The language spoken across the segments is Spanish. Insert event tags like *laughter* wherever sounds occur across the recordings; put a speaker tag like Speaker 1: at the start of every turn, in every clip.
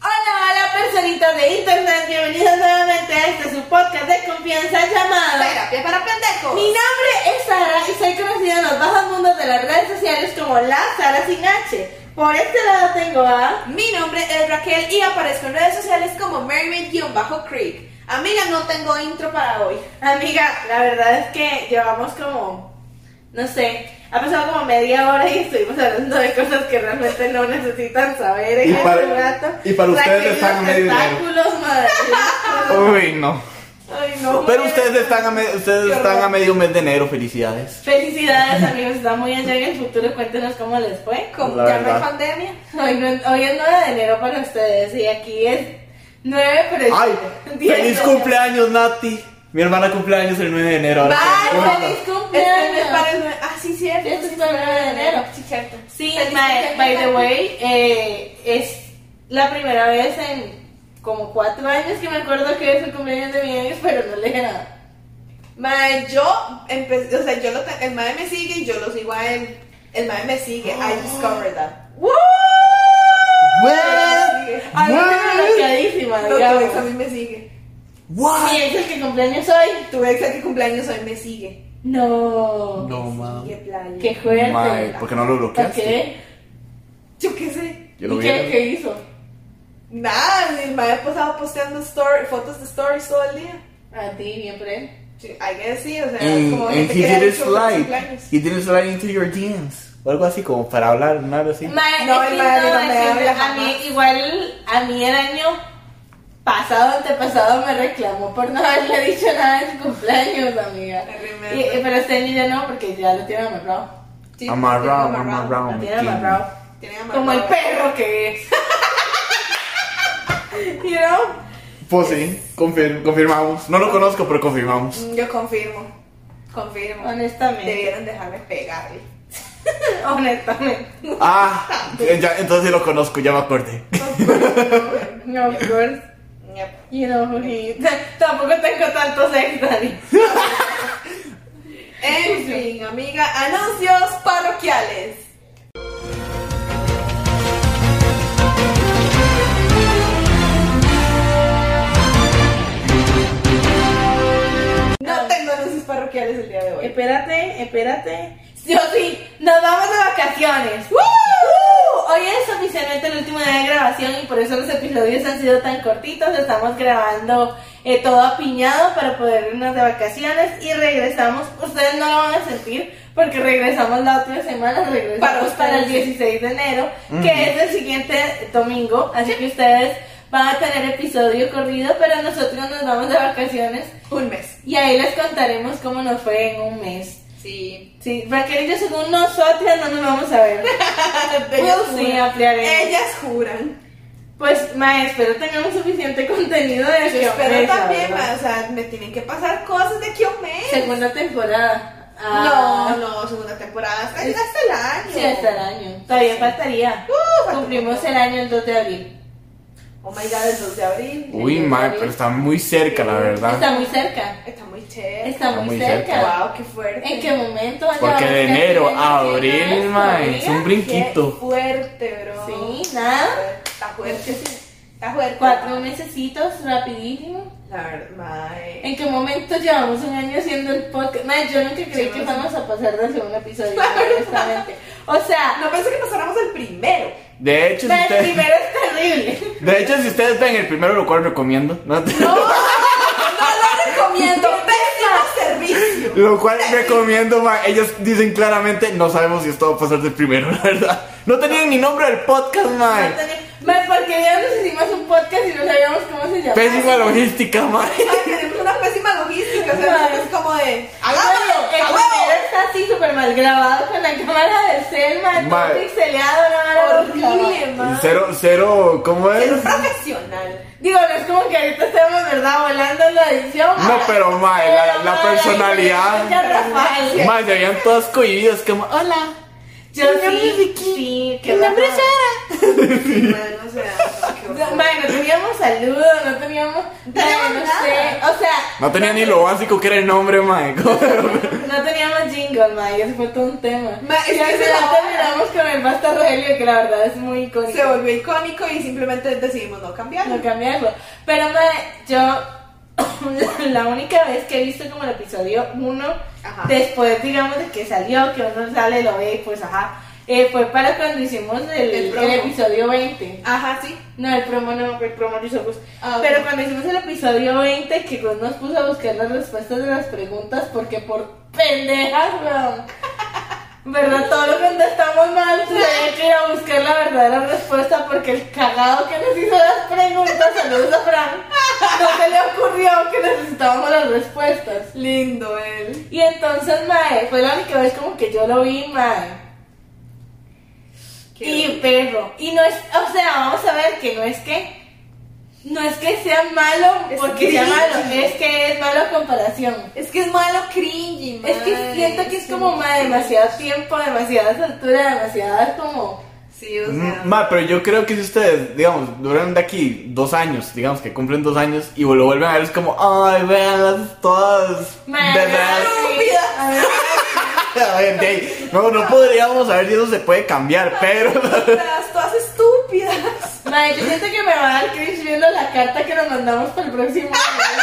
Speaker 1: Hola, hola personitas de internet, bienvenidos nuevamente a este su podcast de confianza llamado
Speaker 2: Terapia para pendejos.
Speaker 1: Mi nombre es Sara y soy conocida en los bajos mundos de las redes sociales como la Sara sin H. Por este lado tengo a
Speaker 2: Mi nombre es Raquel y aparezco en redes sociales como Mermaid-Creek. Amiga, no tengo intro para hoy.
Speaker 1: amiga, la verdad es que llevamos como, no sé, ha pasado como media hora y estuvimos hablando de cosas que realmente no necesitan saber en
Speaker 3: Y para-
Speaker 1: este rato.
Speaker 3: y para ustedes
Speaker 1: Raquel,
Speaker 3: están
Speaker 1: los
Speaker 3: a medio dinero.
Speaker 1: tentáculos, madre.
Speaker 3: Uy, no.
Speaker 1: Ay, no,
Speaker 3: Pero
Speaker 1: güey.
Speaker 3: ustedes están a, me- ustedes
Speaker 1: Qué
Speaker 3: están
Speaker 1: horror.
Speaker 3: a medio mes de enero, felicidades.
Speaker 1: Felicidades amigos, está muy allá en el futuro, cuéntenos cómo les fue.
Speaker 2: Como
Speaker 3: La
Speaker 2: ya no hay
Speaker 3: verdad.
Speaker 2: pandemia.
Speaker 1: Hoy, no- hoy es 9 de enero para ustedes y aquí es 9, pero es
Speaker 3: ¡Ay!
Speaker 1: 10.
Speaker 3: ¡Feliz cumpleaños, Nati! Mi hermana cumpleaños el 9 de enero. ahora
Speaker 1: ¡Ay,
Speaker 3: que me acuerdo.
Speaker 1: feliz
Speaker 2: Este mes para
Speaker 1: cumpleaños!
Speaker 2: el nue- Ah, sí, cierto.
Speaker 1: Este
Speaker 2: sí,
Speaker 1: es para el nueve de enero.
Speaker 2: Sí, cierto.
Speaker 1: Sí,
Speaker 2: Feliz
Speaker 1: mae,
Speaker 2: cumpleaños,
Speaker 1: by the
Speaker 2: Nati.
Speaker 1: way, eh, es la primera vez en como 4 años que me acuerdo que es el cumpleaños de mi ex, pero no le dije nada.
Speaker 2: Mae, yo empecé, o sea, yo lo te- el mae me sigue y yo lo sigo a él. El mae me sigue. I discovered that.
Speaker 1: ¡Woo!
Speaker 3: What?
Speaker 1: Ay,
Speaker 3: What?
Speaker 1: estoy bloqueadísima,
Speaker 2: No, tu ex a
Speaker 1: digamos.
Speaker 2: mí me sigue.
Speaker 3: What?
Speaker 1: Mi ex el que cumpleaños hoy.
Speaker 2: Tu ex a que cumpleaños hoy me sigue.
Speaker 1: No.
Speaker 3: No,
Speaker 2: Sigue,
Speaker 3: mames.
Speaker 2: playa.
Speaker 1: Qué fuerte.
Speaker 3: Mae, ¿por qué no lo
Speaker 1: ¿Por
Speaker 3: bloqueaste?
Speaker 1: qué?
Speaker 2: Yo qué sé.
Speaker 3: Yo lo
Speaker 1: ¿Y
Speaker 3: vi.
Speaker 1: qué, qué hizo?
Speaker 2: Nada, el mae ha pasado posteando story, fotos de stories todo el día.
Speaker 1: A ti, bien por él.
Speaker 2: Sí, Hay que decir, o sea,
Speaker 3: And,
Speaker 2: como
Speaker 3: Mm, and
Speaker 2: que
Speaker 3: he
Speaker 2: queda
Speaker 3: didn't
Speaker 2: mucho por
Speaker 3: slide.
Speaker 2: cumpleaños.
Speaker 3: He didn't slide into your DMs. O algo así, como para hablar, una algo así.
Speaker 1: Mae,
Speaker 2: No,
Speaker 1: es que
Speaker 2: el mae
Speaker 1: no,
Speaker 2: no me
Speaker 1: es que
Speaker 2: habla
Speaker 1: a mí,
Speaker 2: jamás.
Speaker 1: igual, a mí el año pasado, antepasado, me reclamó por no haberle *laughs* dicho nada en su cumpleaños, amiga.
Speaker 2: I remember.
Speaker 1: Y- y- pero este año ya no, porque ya lo tiene amarrado.
Speaker 2: Sí,
Speaker 3: Amarrado,
Speaker 2: tiene
Speaker 3: amarrado.
Speaker 1: Lo
Speaker 3: me
Speaker 1: tiene
Speaker 3: tiene.
Speaker 1: amarrado.
Speaker 2: Tiene amarrado.
Speaker 1: Como el perro que es. *laughs* you know?
Speaker 3: Pues sí, confir- confirmamos. No lo conozco,
Speaker 1: *laughs*
Speaker 3: pero confirmamos.
Speaker 2: Mm, Yo confirmo. Confirmo.
Speaker 1: Honestamente.
Speaker 2: Debieron dejarme pegarle.
Speaker 1: Honestamente.
Speaker 3: Ah, ya, entonces sí lo conozco, ya me acordé.
Speaker 1: No, of course.
Speaker 2: Yep.
Speaker 1: You know who he Tampoco tengo tantos ex, Dani.
Speaker 2: *laughs* En fin, amiga, anuncios parroquiales. No tengo anuncios parroquiales el día de hoy.
Speaker 1: Espérate, espérate. Sí o sí, nos vamos de vacaciones. ¡Woo! Hoy es oficialmente el último día de grabación y por eso los episodios han sido tan cortitos. Estamos grabando eh, todo apiñado para poder irnos de vacaciones y regresamos. Ustedes no lo van a sentir porque regresamos la otra semana, regresamos
Speaker 2: Para
Speaker 1: para,
Speaker 2: ustedes.
Speaker 1: el 16 de enero, que es el siguiente domingo. Así que ustedes van a tener episodio corrido, pero nosotros nos vamos de vacaciones
Speaker 2: Un mes.
Speaker 1: y ahí les contaremos cómo nos fue en un mes.
Speaker 2: Sí.
Speaker 1: Sí, Raquel y yo según nosotras no nos vamos a ver.
Speaker 2: Ellas
Speaker 1: We'll see,
Speaker 2: juran.
Speaker 1: ampliaremos.
Speaker 2: Ellas juran.
Speaker 1: Pues, ma, espero tengamos suficiente contenido de
Speaker 2: Yo
Speaker 1: este
Speaker 2: espero
Speaker 1: mes, la
Speaker 2: también,
Speaker 1: verdad.
Speaker 2: ma, o sea, me tienen que pasar cosas de aquí a un mes.
Speaker 1: Segunda temporada.
Speaker 2: No,
Speaker 1: Ah,
Speaker 2: no, segunda temporada. Hasta, hasta el año.
Speaker 1: Sí, hasta el año. Todavía faltaría.
Speaker 2: Uh,
Speaker 1: Cumplimos
Speaker 2: falta
Speaker 1: el año el 2 de abril.
Speaker 2: Oh my god, el 2 de abril.
Speaker 3: Uy, mae, pero está muy cerca, la verdad.
Speaker 1: Está muy cerca.
Speaker 2: Está muy chévere.
Speaker 1: Está, muy, cerca.
Speaker 2: Wow, qué fuerte.
Speaker 1: ¿En qué momento?
Speaker 3: Porque de
Speaker 1: Andamos
Speaker 3: enero
Speaker 1: casi
Speaker 3: a
Speaker 1: en
Speaker 3: abril,
Speaker 1: mes,
Speaker 3: mae, es un
Speaker 1: amiga.
Speaker 2: Qué
Speaker 3: brinquito.
Speaker 2: fuerte, bro.
Speaker 1: Sí, nada.
Speaker 2: Está fuerte. Está fuerte.
Speaker 1: Cuatro mesecitos, rapidísimo.
Speaker 2: La verdad, eh. mae.
Speaker 1: ¿En qué momento llevamos un año haciendo el podcast? Mae, yo nunca creí
Speaker 2: Sí,
Speaker 1: que
Speaker 2: no sé.
Speaker 1: íbamos a pasar del segundo episodio, honestamente. O sea,
Speaker 2: No pensé que pasáramos el primero.
Speaker 3: De hecho, si
Speaker 1: el
Speaker 3: ustedes,
Speaker 1: primero es
Speaker 3: *laughs*
Speaker 1: terrible.
Speaker 3: de hecho, si ustedes ven el primero, lo cual recomiendo. ¿no?
Speaker 2: No lo
Speaker 1: *laughs*
Speaker 2: recomiendo. Pésimo servicio.
Speaker 3: *laughs* Lo cual recomiendo, ma. Ellos dicen claramente, no sabemos si esto va a pasar del primero, *laughs* la verdad. No tenían ni nombre del podcast, ma.
Speaker 1: Mae, porque ya nos hicimos un podcast y no sabíamos cómo se llamaba.
Speaker 3: Pésima logística, ma.
Speaker 2: Ay, tenemos una una pésima logística. O sea,
Speaker 1: Mae.
Speaker 2: es como de.
Speaker 1: Oye,
Speaker 2: ¡Hagámoslo!
Speaker 1: El
Speaker 2: ¡A
Speaker 1: primero
Speaker 2: huevo!
Speaker 1: está así súper mal grabado con la cámara del Selma,
Speaker 3: Mae.
Speaker 1: todo pixeleado, una vara horrible, man.
Speaker 3: Cero, cero, ¿cómo es?
Speaker 2: Es profesional.
Speaker 1: Digo, no es como que ahorita estemos, ¿verdad? Volando en la edición.
Speaker 3: No, pero mae, la,
Speaker 1: Pero,
Speaker 3: la
Speaker 1: mae,
Speaker 3: personalidad.
Speaker 1: ya Rafael.
Speaker 3: Mae, se veían todas cohibidas, como, "Ah, hola.
Speaker 1: Yo sí, sí, que nombre
Speaker 2: Sí, mae, no sé, *laughs* qué horror.
Speaker 1: Bueno, teníamos saludos, no teníamos.
Speaker 2: Teníamos
Speaker 1: no
Speaker 2: nada.
Speaker 1: sé. O sea.
Speaker 3: No tenía ni lo básico que era el nombre, mae. *laughs*
Speaker 1: No teníamos jingle, ma, y eso fue todo un tema.
Speaker 2: Ma, es
Speaker 1: y
Speaker 2: que
Speaker 1: al
Speaker 2: esa
Speaker 1: final
Speaker 2: es la otra.
Speaker 1: terminamos con el Basta Rogelio, que la verdad es muy icónico.
Speaker 2: Se volvió icónico y simplemente decidimos no cambiarlo.
Speaker 1: No cambiarlo. Pero, ma, yo, *coughs* la única vez que he visto como el episodio 1,
Speaker 2: Ajá.
Speaker 1: después, digamos, de que salió, que uno sale, lo ve, y pues, ajá, eh, fue para cuando hicimos el,
Speaker 2: El
Speaker 1: el
Speaker 2: promo.
Speaker 1: episodio 20.
Speaker 2: Ajá, sí.
Speaker 1: No, el promo no, el promo lo hizo pues, Gus.
Speaker 2: Ah, ok.
Speaker 1: Pero cuando hicimos el episodio 20, que Gus nos puso a buscar las respuestas de las preguntas, porque por pendejas, weón. ¿Verdad? Todo lo contestamos mal, tuve que ir a buscar la verdadera respuesta porque el cagado que nos hizo las preguntas, saludos a Fran, no se le ocurrió que necesitábamos las respuestas.
Speaker 2: Lindo él.
Speaker 1: Y entonces, mae, fue la única vez como que yo lo vi, mae.
Speaker 2: Qué
Speaker 1: Y perro. Y no es, o sea, vamos a ver que no es que. No es que sea malo
Speaker 2: Es
Speaker 1: porque sea
Speaker 2: cringy.
Speaker 1: malo, es que es malo a comparación.
Speaker 2: Es que es malo cringy, mae.
Speaker 1: Es que siento que es
Speaker 2: Sí,
Speaker 1: como mae, demasiado tiempo, demasiadas alturas, demasiadas como.
Speaker 2: Sí, o sea.
Speaker 3: Mae, Mm, pero yo creo que si ustedes, digamos, duran de aquí dos años, digamos que cumplen dos años y lo vuelven a ver, es como, ay, vean las todas.
Speaker 1: Mae,
Speaker 3: ¿verdad? *laughs*
Speaker 1: a ver,
Speaker 3: A ver, de ahí, No, no podríamos saber si eso se puede cambiar,
Speaker 2: *laughs*
Speaker 3: pero. *laughs*
Speaker 2: Estás todas estúpidas.
Speaker 1: Mae, yo siento que me va a dar cringe viendo la carta que nos mandamos para el próximo *laughs* año.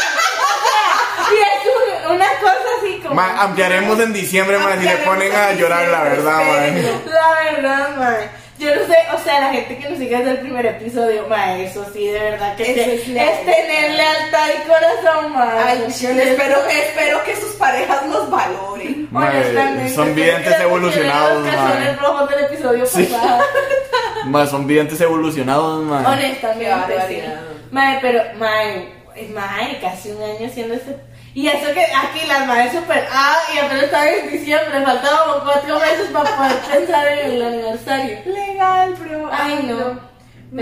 Speaker 1: Y es un- una cosa así como.
Speaker 3: Mae, ampliaremos en diciembre, mae, si le ponen a llorar, la verdad, mae.
Speaker 1: La verdad, mae. Yo no sé, o sea, la gente que nos sigue desde el primer episodio, mae, eso sí, de verdad que
Speaker 2: Eso
Speaker 1: te-
Speaker 2: es leal.
Speaker 1: tener lealtad y corazón, mae.
Speaker 2: Ay, yo le espero, espero que sus parejas los valoren.
Speaker 1: Honestamente,
Speaker 3: Mae, eh, son
Speaker 1: creo
Speaker 3: videntes
Speaker 1: que los
Speaker 3: evolucionados,
Speaker 1: primeros calzones
Speaker 3: mae.
Speaker 1: rojos del episodio
Speaker 3: Sí.
Speaker 1: pasado.
Speaker 3: *laughs* Mae, son videntes evolucionados, mae.
Speaker 2: Qué
Speaker 1: Honestamente, sí.
Speaker 2: barbaridad.
Speaker 1: Mae, pero, mae, es- mae, casi un año haciendo esto. Y eso que aquí las madres super ah, y apenas estaba en diciembre, faltaban como cuatro meses para poder pensar en el aniversario.
Speaker 2: Legal, bro.
Speaker 1: Ay, no. Pero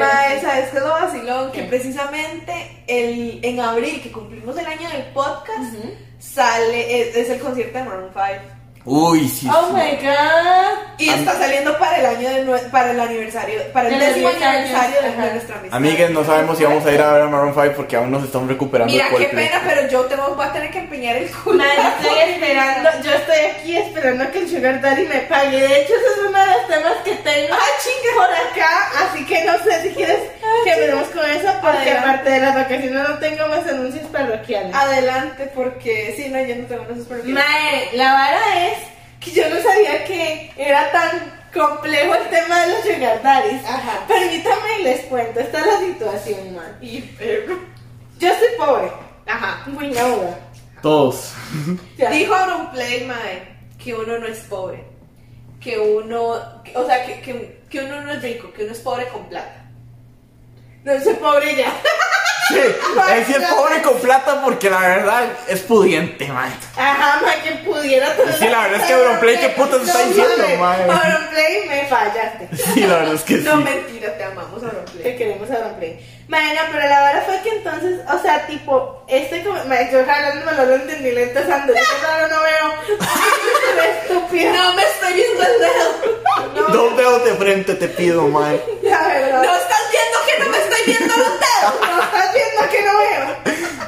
Speaker 2: Mae,
Speaker 1: sí.
Speaker 2: ¿sabes qué es lo vacilón? Que
Speaker 1: ¿Qué?
Speaker 2: precisamente el, en abril, que cumplimos el año del podcast, sale, es, es el concierto de Maroon 5.
Speaker 3: Uy, sí.
Speaker 1: Oh
Speaker 3: sí.
Speaker 1: my god.
Speaker 2: Y está saliendo para el año de nue- para el aniversario, para el
Speaker 1: De los
Speaker 2: décimo
Speaker 1: 10 años,
Speaker 2: aniversario de- de
Speaker 1: ajá.
Speaker 2: nuestra amistad.
Speaker 3: Amigues, no sabemos si vamos a ir a ver a Maroon 5 porque aún nos estamos recuperando
Speaker 2: Mira,
Speaker 3: de
Speaker 2: qué
Speaker 3: Coldplay.
Speaker 2: pena, pero yo tengo, voy a tener que empeñar el culo.
Speaker 1: Mae, yo estoy esperando, yo estoy aquí esperando que el Sugar Daddy me pague. De hecho, ese es uno de los temas que
Speaker 2: Ah,
Speaker 1: tengo por acá, así que no sé si quieres que empecemos con eso, porque
Speaker 2: Ah, Adelante.
Speaker 1: aparte de las vacaciones no tengo más anuncios parroquiales.
Speaker 2: Adelante, porque sí, no, yo no tengo esos problemas.
Speaker 1: Mae, la vara es que yo no sabía que era tan complejo el tema de los Sugar Daddies.
Speaker 2: Ajá.
Speaker 1: Permítame y les cuento, esta es la situación, man.
Speaker 2: Y perro.
Speaker 1: Yo soy pobre,
Speaker 2: Ajá.
Speaker 1: muy nauda.
Speaker 3: Todos.
Speaker 1: Ya.
Speaker 2: Dijo Aaron Play, mae, que uno no es pobre. Que uno, que- o sea, que, que, que uno no es rico, que uno es pobre con plata.
Speaker 1: No soy pobre ya.
Speaker 3: Sí, es si es pobre con plata porque la verdad es pudiente, man.
Speaker 1: Ajá, ma, que pudiera tener.
Speaker 3: Sí, la verdad es que Auronplay, ¿qué putas
Speaker 1: No
Speaker 3: está diciendo,
Speaker 1: mames,
Speaker 3: mae?
Speaker 1: Auronplay, me fallaste.
Speaker 3: Sí, la verdad es que sí.
Speaker 2: *laughs* No, mentira, te amamos Aaron
Speaker 1: Te
Speaker 2: Play.
Speaker 1: queremos Auronplay. Bueno, pero la verdad fue que entonces, o sea, tipo, este como. ma, yo jalando me lo entendí lento, Sandra. Yo ahora no veo.
Speaker 2: *laughs*
Speaker 1: Ay, estúpido.
Speaker 2: No me estoy viendo el dedo.
Speaker 3: Dos dedos de frente te pido, man.
Speaker 1: La verdad.
Speaker 2: No estás viendo que no me estoy viendo los dedos.
Speaker 1: No estás viendo que no veo.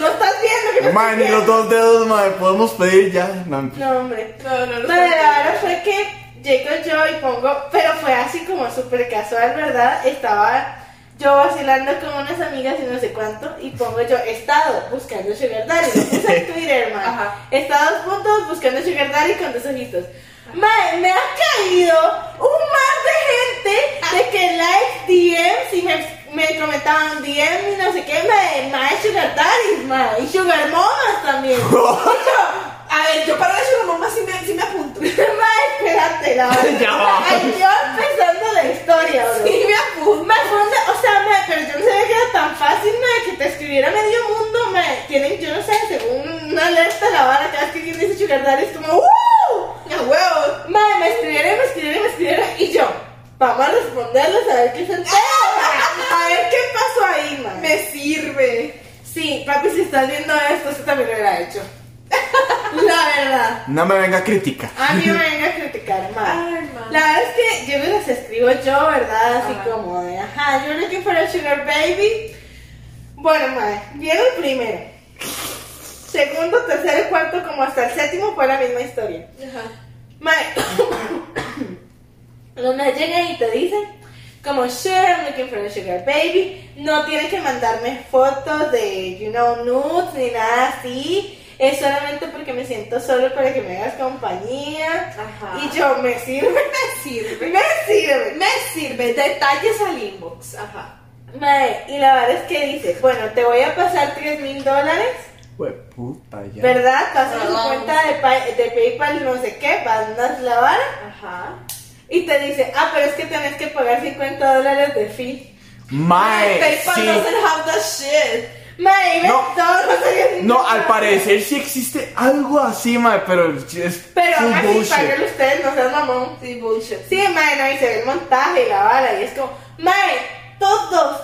Speaker 1: No estás viendo que no estoy
Speaker 3: Man, ni los
Speaker 1: viendo.
Speaker 3: dos dedos, man, podemos pedir ya. No,
Speaker 1: No, hombre.
Speaker 2: No, no, no.
Speaker 1: No, la verdad fue que llego yo y pongo, pero fue así como súper casual, ¿verdad? Estaba yo vacilando con unas amigas y no sé cuánto, y pongo yo estado buscando Sugar Daddy. Lo puse en Twitter, hermano.
Speaker 2: Ajá.
Speaker 1: Estados juntos buscando Sugar Daddy con dos ojitos. Mae, me ha caído un mar de gente de que likes, DMs y me, me comentaban DMs y no sé qué, mae, mae Sugar Daddy, mae, y Sugar Mamas también.
Speaker 2: A ver, yo para la mamá sí me, sí
Speaker 1: *laughs*
Speaker 2: me apunto. Sí
Speaker 1: Mae, espérate, la verdad.
Speaker 3: *laughs* Ya va.
Speaker 1: Ay, yo empezando la historia, bro.
Speaker 2: me apunto.
Speaker 1: Mae, fue una- o sea, mae, pero yo no sabía que era tan fácil, mae, que te escribiera medio mundo, mae. Tienen, yo no sé
Speaker 4: alerta la vara cada vez que alguien dice sugar daddy, es como ¡Wow!
Speaker 2: ¡A huevo!
Speaker 4: Madre, me escribieron, me escribieron, me escribieron y yo, vamos a responderles a ver qué se entera. ma. A ver qué pasó ahí, madre.
Speaker 2: Me sirve.
Speaker 4: Sí, papi, si estás viendo esto, eso también lo hubiera hecho. *laughs* La verdad.
Speaker 3: No me venga crítica.
Speaker 4: Ah, A mí me venga a criticar, madre.
Speaker 2: Ay, madre.
Speaker 4: La verdad es que yo me las escribo yo, ¿verdad? Así
Speaker 2: Ajá.
Speaker 4: como de, ajá, you're looking for a sugar baby. Bueno, madre, viene el primero. Segundo, tercero y cuarto, como hasta el séptimo, fue la misma historia.
Speaker 2: Ajá.
Speaker 4: Mae, *coughs* donde llegan y te dicen, como, sure, I'm looking for a sugar baby, no tienen que mandarme fotos de, you know, nudes ni nada así, es solamente porque me siento solo para que me hagas compañía.
Speaker 2: Ajá.
Speaker 4: Y yo, me sirve,
Speaker 2: Me sirve.
Speaker 4: me sirve.
Speaker 2: Me sirve. Detalles al inbox. Ajá.
Speaker 4: Mae, y la verdad es que dice, bueno, te voy a pasar 3 mil dólares,
Speaker 3: Hue puta ya.
Speaker 4: ¿verdad? Pasa tu
Speaker 2: Perdón.
Speaker 4: cuenta de, Pay- de PayPal, no sé qué, mandas la vara.
Speaker 2: Ajá.
Speaker 4: Y te dice, ah, pero es que tenés que pagar 50 dólares de fee.
Speaker 3: Mae,
Speaker 2: PayPal
Speaker 3: Eh, sí.
Speaker 2: doesn't have that shit.
Speaker 4: Mae, ven
Speaker 3: No.
Speaker 4: todos los años-
Speaker 3: No, al parecer sí existe algo así, mae, pero es
Speaker 4: Pero
Speaker 3: full
Speaker 4: aún así,
Speaker 3: bullshit.
Speaker 4: paguen ustedes, no sean mamón.
Speaker 2: Sí, bullshit.
Speaker 4: Sí, mae, no, y se ve el montaje y la vara, y es como, mae, todos,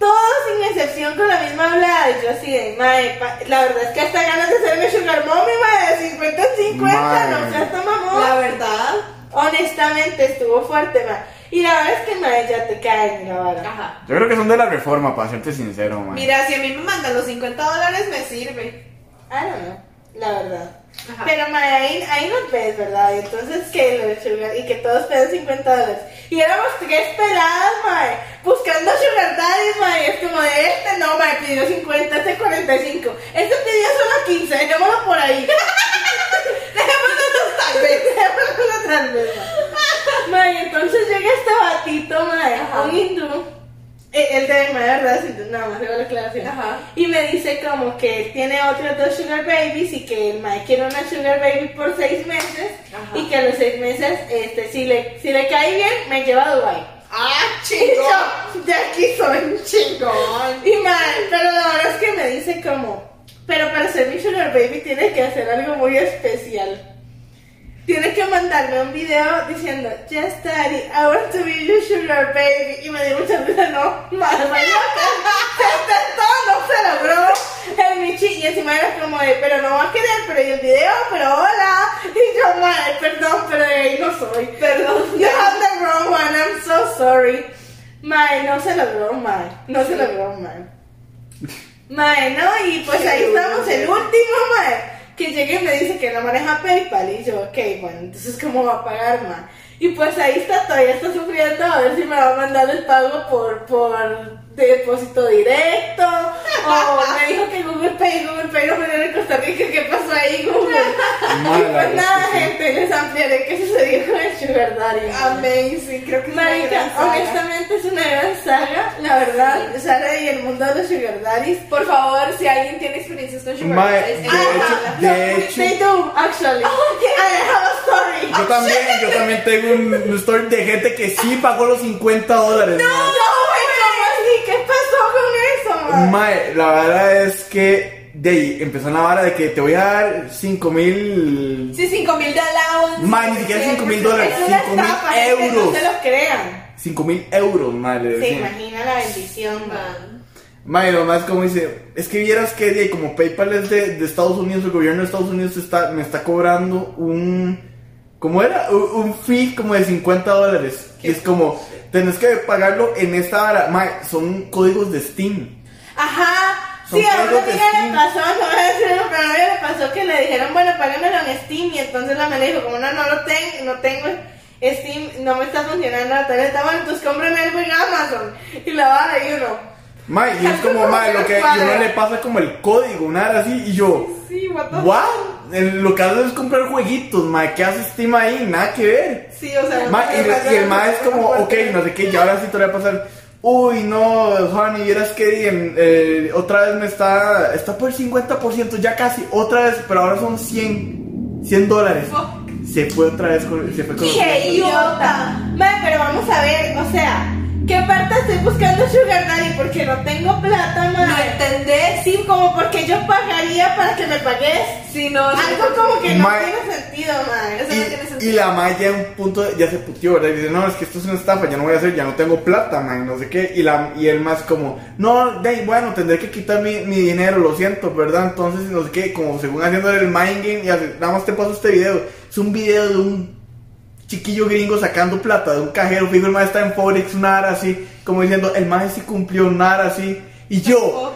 Speaker 4: todos sin excepción con la misma hablada. Y yo así de, mae, pa- la verdad es que hasta ganas de hacerme sugar mommy, mae, de 50 en 50, no
Speaker 3: Mae.
Speaker 4: seas tan mamón.
Speaker 2: La verdad.
Speaker 4: Honestamente, estuvo fuerte, mae. Y la verdad es que, mae, ya te caen, la vara.
Speaker 2: Ajá.
Speaker 3: Yo creo que son de la reforma, para serte sincero, mae.
Speaker 2: Mira, si a mí me mandan los 50 dólares, me sirve.
Speaker 4: I don't know, la verdad.
Speaker 2: Ajá.
Speaker 4: Pero mae, ahí, ahí nos ves, ¿verdad? Y entonces que lo de Sugar y que todos pedan 50 dólares. Y éramos tres peladas, mae, buscando Sugar Daddy, mae. y Es como de este no, mae, pidió 50, este 45. Este pidió solo 15, dejémoslo por ahí. *laughs* dejémoslo tal vez, dejémoslo tal vez, mae. Mae, entonces llega este batito, mae,
Speaker 2: Ajá.
Speaker 4: un hindú. Eh, El de mi madre, ¿verdad? Sí, nada más hago la aclaración.
Speaker 2: Ajá.
Speaker 4: Y me dice como que tiene otros dos sugar babies y que el mae quiere una sugar baby por seis meses
Speaker 2: Ajá.
Speaker 4: y que a los seis meses, este, si le, si le cae bien, me lleva a Dubai.
Speaker 2: ¡Ah,
Speaker 4: Y
Speaker 2: chico!
Speaker 4: yo, de aquí soy.
Speaker 2: ¡Chingón!
Speaker 4: Y mae, pero la verdad es que me dice como, pero para ser mi sugar baby tiene que hacer algo muy especial. Tiene que mandarme un video diciendo, Yes, daddy, I want to be your sugar baby. Y me dio mucha risa, no, madre, no, no se logró. El Michi, y encima era como de, pero no va a querer, pero y el video, pero hola. Y yo, madre, perdón, pero de ahí no soy, perdón. You have the wrong one, I'm so sorry. Mae, no se logró, mae, no se logró, mae. Mae, no, y pues
Speaker 2: Qué
Speaker 4: ahí
Speaker 2: duro,
Speaker 4: estamos, el
Speaker 2: mae.
Speaker 4: último, mae. Que llegue y me dice que no maneja PayPal. Y yo, ok, bueno, entonces, ¿cómo va a pagar, mae? Y pues ahí está, todavía está sufriendo a ver si me va a mandar el pago por, por depósito directo. O me dijo que Google Pay, Google Pay no venía de Costa Rica. ¿Qué pasó ahí, Google?
Speaker 3: Mae,
Speaker 4: y
Speaker 3: la
Speaker 4: *laughs* pues
Speaker 3: verdad
Speaker 4: nada,
Speaker 3: es que sí.
Speaker 4: gente, les ampliaré qué sucedió con el Sugar Daddy.
Speaker 2: Amazing, creo que es una
Speaker 4: Marica,
Speaker 2: gran saga.
Speaker 4: honestamente es una gran saga, la verdad, Sara y el mundo de los sugar daddies.
Speaker 2: Por favor, si alguien tiene experiencias con Sugar
Speaker 3: Mae,
Speaker 2: daddies,
Speaker 3: de
Speaker 2: envíenlas.
Speaker 3: hecho-
Speaker 4: No,
Speaker 3: de hecho-
Speaker 4: they do, actually.
Speaker 2: Oh,
Speaker 4: I have a story.
Speaker 3: Yo también, yo también tengo un un story de gente que sí pagó los 50 dólares.
Speaker 4: No,
Speaker 3: mae.
Speaker 4: güey, ¿cómo así? ¿Qué pasó con eso, man?
Speaker 3: Mae, la verdad es que de ahí empezó la vara de que te voy a dar 5 mil.
Speaker 2: Sí, 5 mil de allowance.
Speaker 3: Mae, ni siquiera 5 mil dólares,
Speaker 4: Es una
Speaker 3: 5 mil
Speaker 4: estafa, gente, no
Speaker 3: euros.
Speaker 4: se lo crean.
Speaker 3: 5 mil euros, mae, le
Speaker 4: Se
Speaker 3: decían.
Speaker 4: imagina la bendición, man.
Speaker 2: Man.
Speaker 3: Mae, lo más como dice, es que vieras que de ahí, como PayPal es de, de Estados Unidos, el gobierno de Estados Unidos está, me está cobrando un. ¿Cómo era? Un, un fee como de 50 dólares. Y es como, tenés que pagarlo en esta vara. Mae, son códigos de Steam.
Speaker 4: Ajá.
Speaker 3: Son
Speaker 4: Sí, a una
Speaker 3: códigos de
Speaker 4: amiga le
Speaker 3: Steam.
Speaker 4: pasó, no voy a decir pero a una amiga le pasó que le dijeron, bueno, págamelo en Steam. Y entonces la me dijo, como no, no lo tengo, no tengo Steam, no me está funcionando la tarjeta. Bueno, entonces cómprame algo en Amazon. Y la vara y uno.
Speaker 3: Mae, y es como, mae, lo que y uno le pasa como el código, una vara así. Y yo,
Speaker 4: Sí, what the
Speaker 3: ¿what? Eh, Lo que haces es comprar jueguitos, mae, ¿qué hace Steam ahí? Nada que ver.
Speaker 2: Sí, o sea.
Speaker 3: Ma,
Speaker 2: no
Speaker 3: y,
Speaker 2: te
Speaker 3: le- y el ma es como, ok, no sé qué, y ahora sí te voy a pasar. Uy, no, Juan, y vieras que em, eh, otra vez me está, está por el 50%, ya casi, otra vez, pero ahora son 100, 100 dólares. Se fue otra vez, con, se fue con
Speaker 4: ¡Qué idiota! Mae, pero vamos a ver, o sea, ¿Qué parte estoy buscando Sugar Daddy? Porque no tengo plata,
Speaker 2: ¿No
Speaker 4: madre.
Speaker 2: entendés?
Speaker 4: Sí, como porque yo pagaría para que me pagues.
Speaker 2: Si no,
Speaker 4: Algo como que no
Speaker 3: Mae.
Speaker 4: tiene sentido, madre. Eso no tiene
Speaker 3: Y, y
Speaker 4: sentido.
Speaker 3: la madre ya en un punto de- ya se putió, ¿verdad? Y dice, no, es que esto es una estafa, ya no voy a hacer, ya no tengo plata, man, no sé qué. Y, la, y él más como, no, de ahí, bueno, tendré que quitar mi, mi dinero, lo siento, ¿verdad? Entonces, no sé qué, como según haciendo el mind game, y hace, nada más te paso este video. Es un video de un chiquillo gringo sacando plata de un cajero, fijo, el más está en Forex, una ara así, como diciendo, el más sí cumplió, una ara así. Y yo,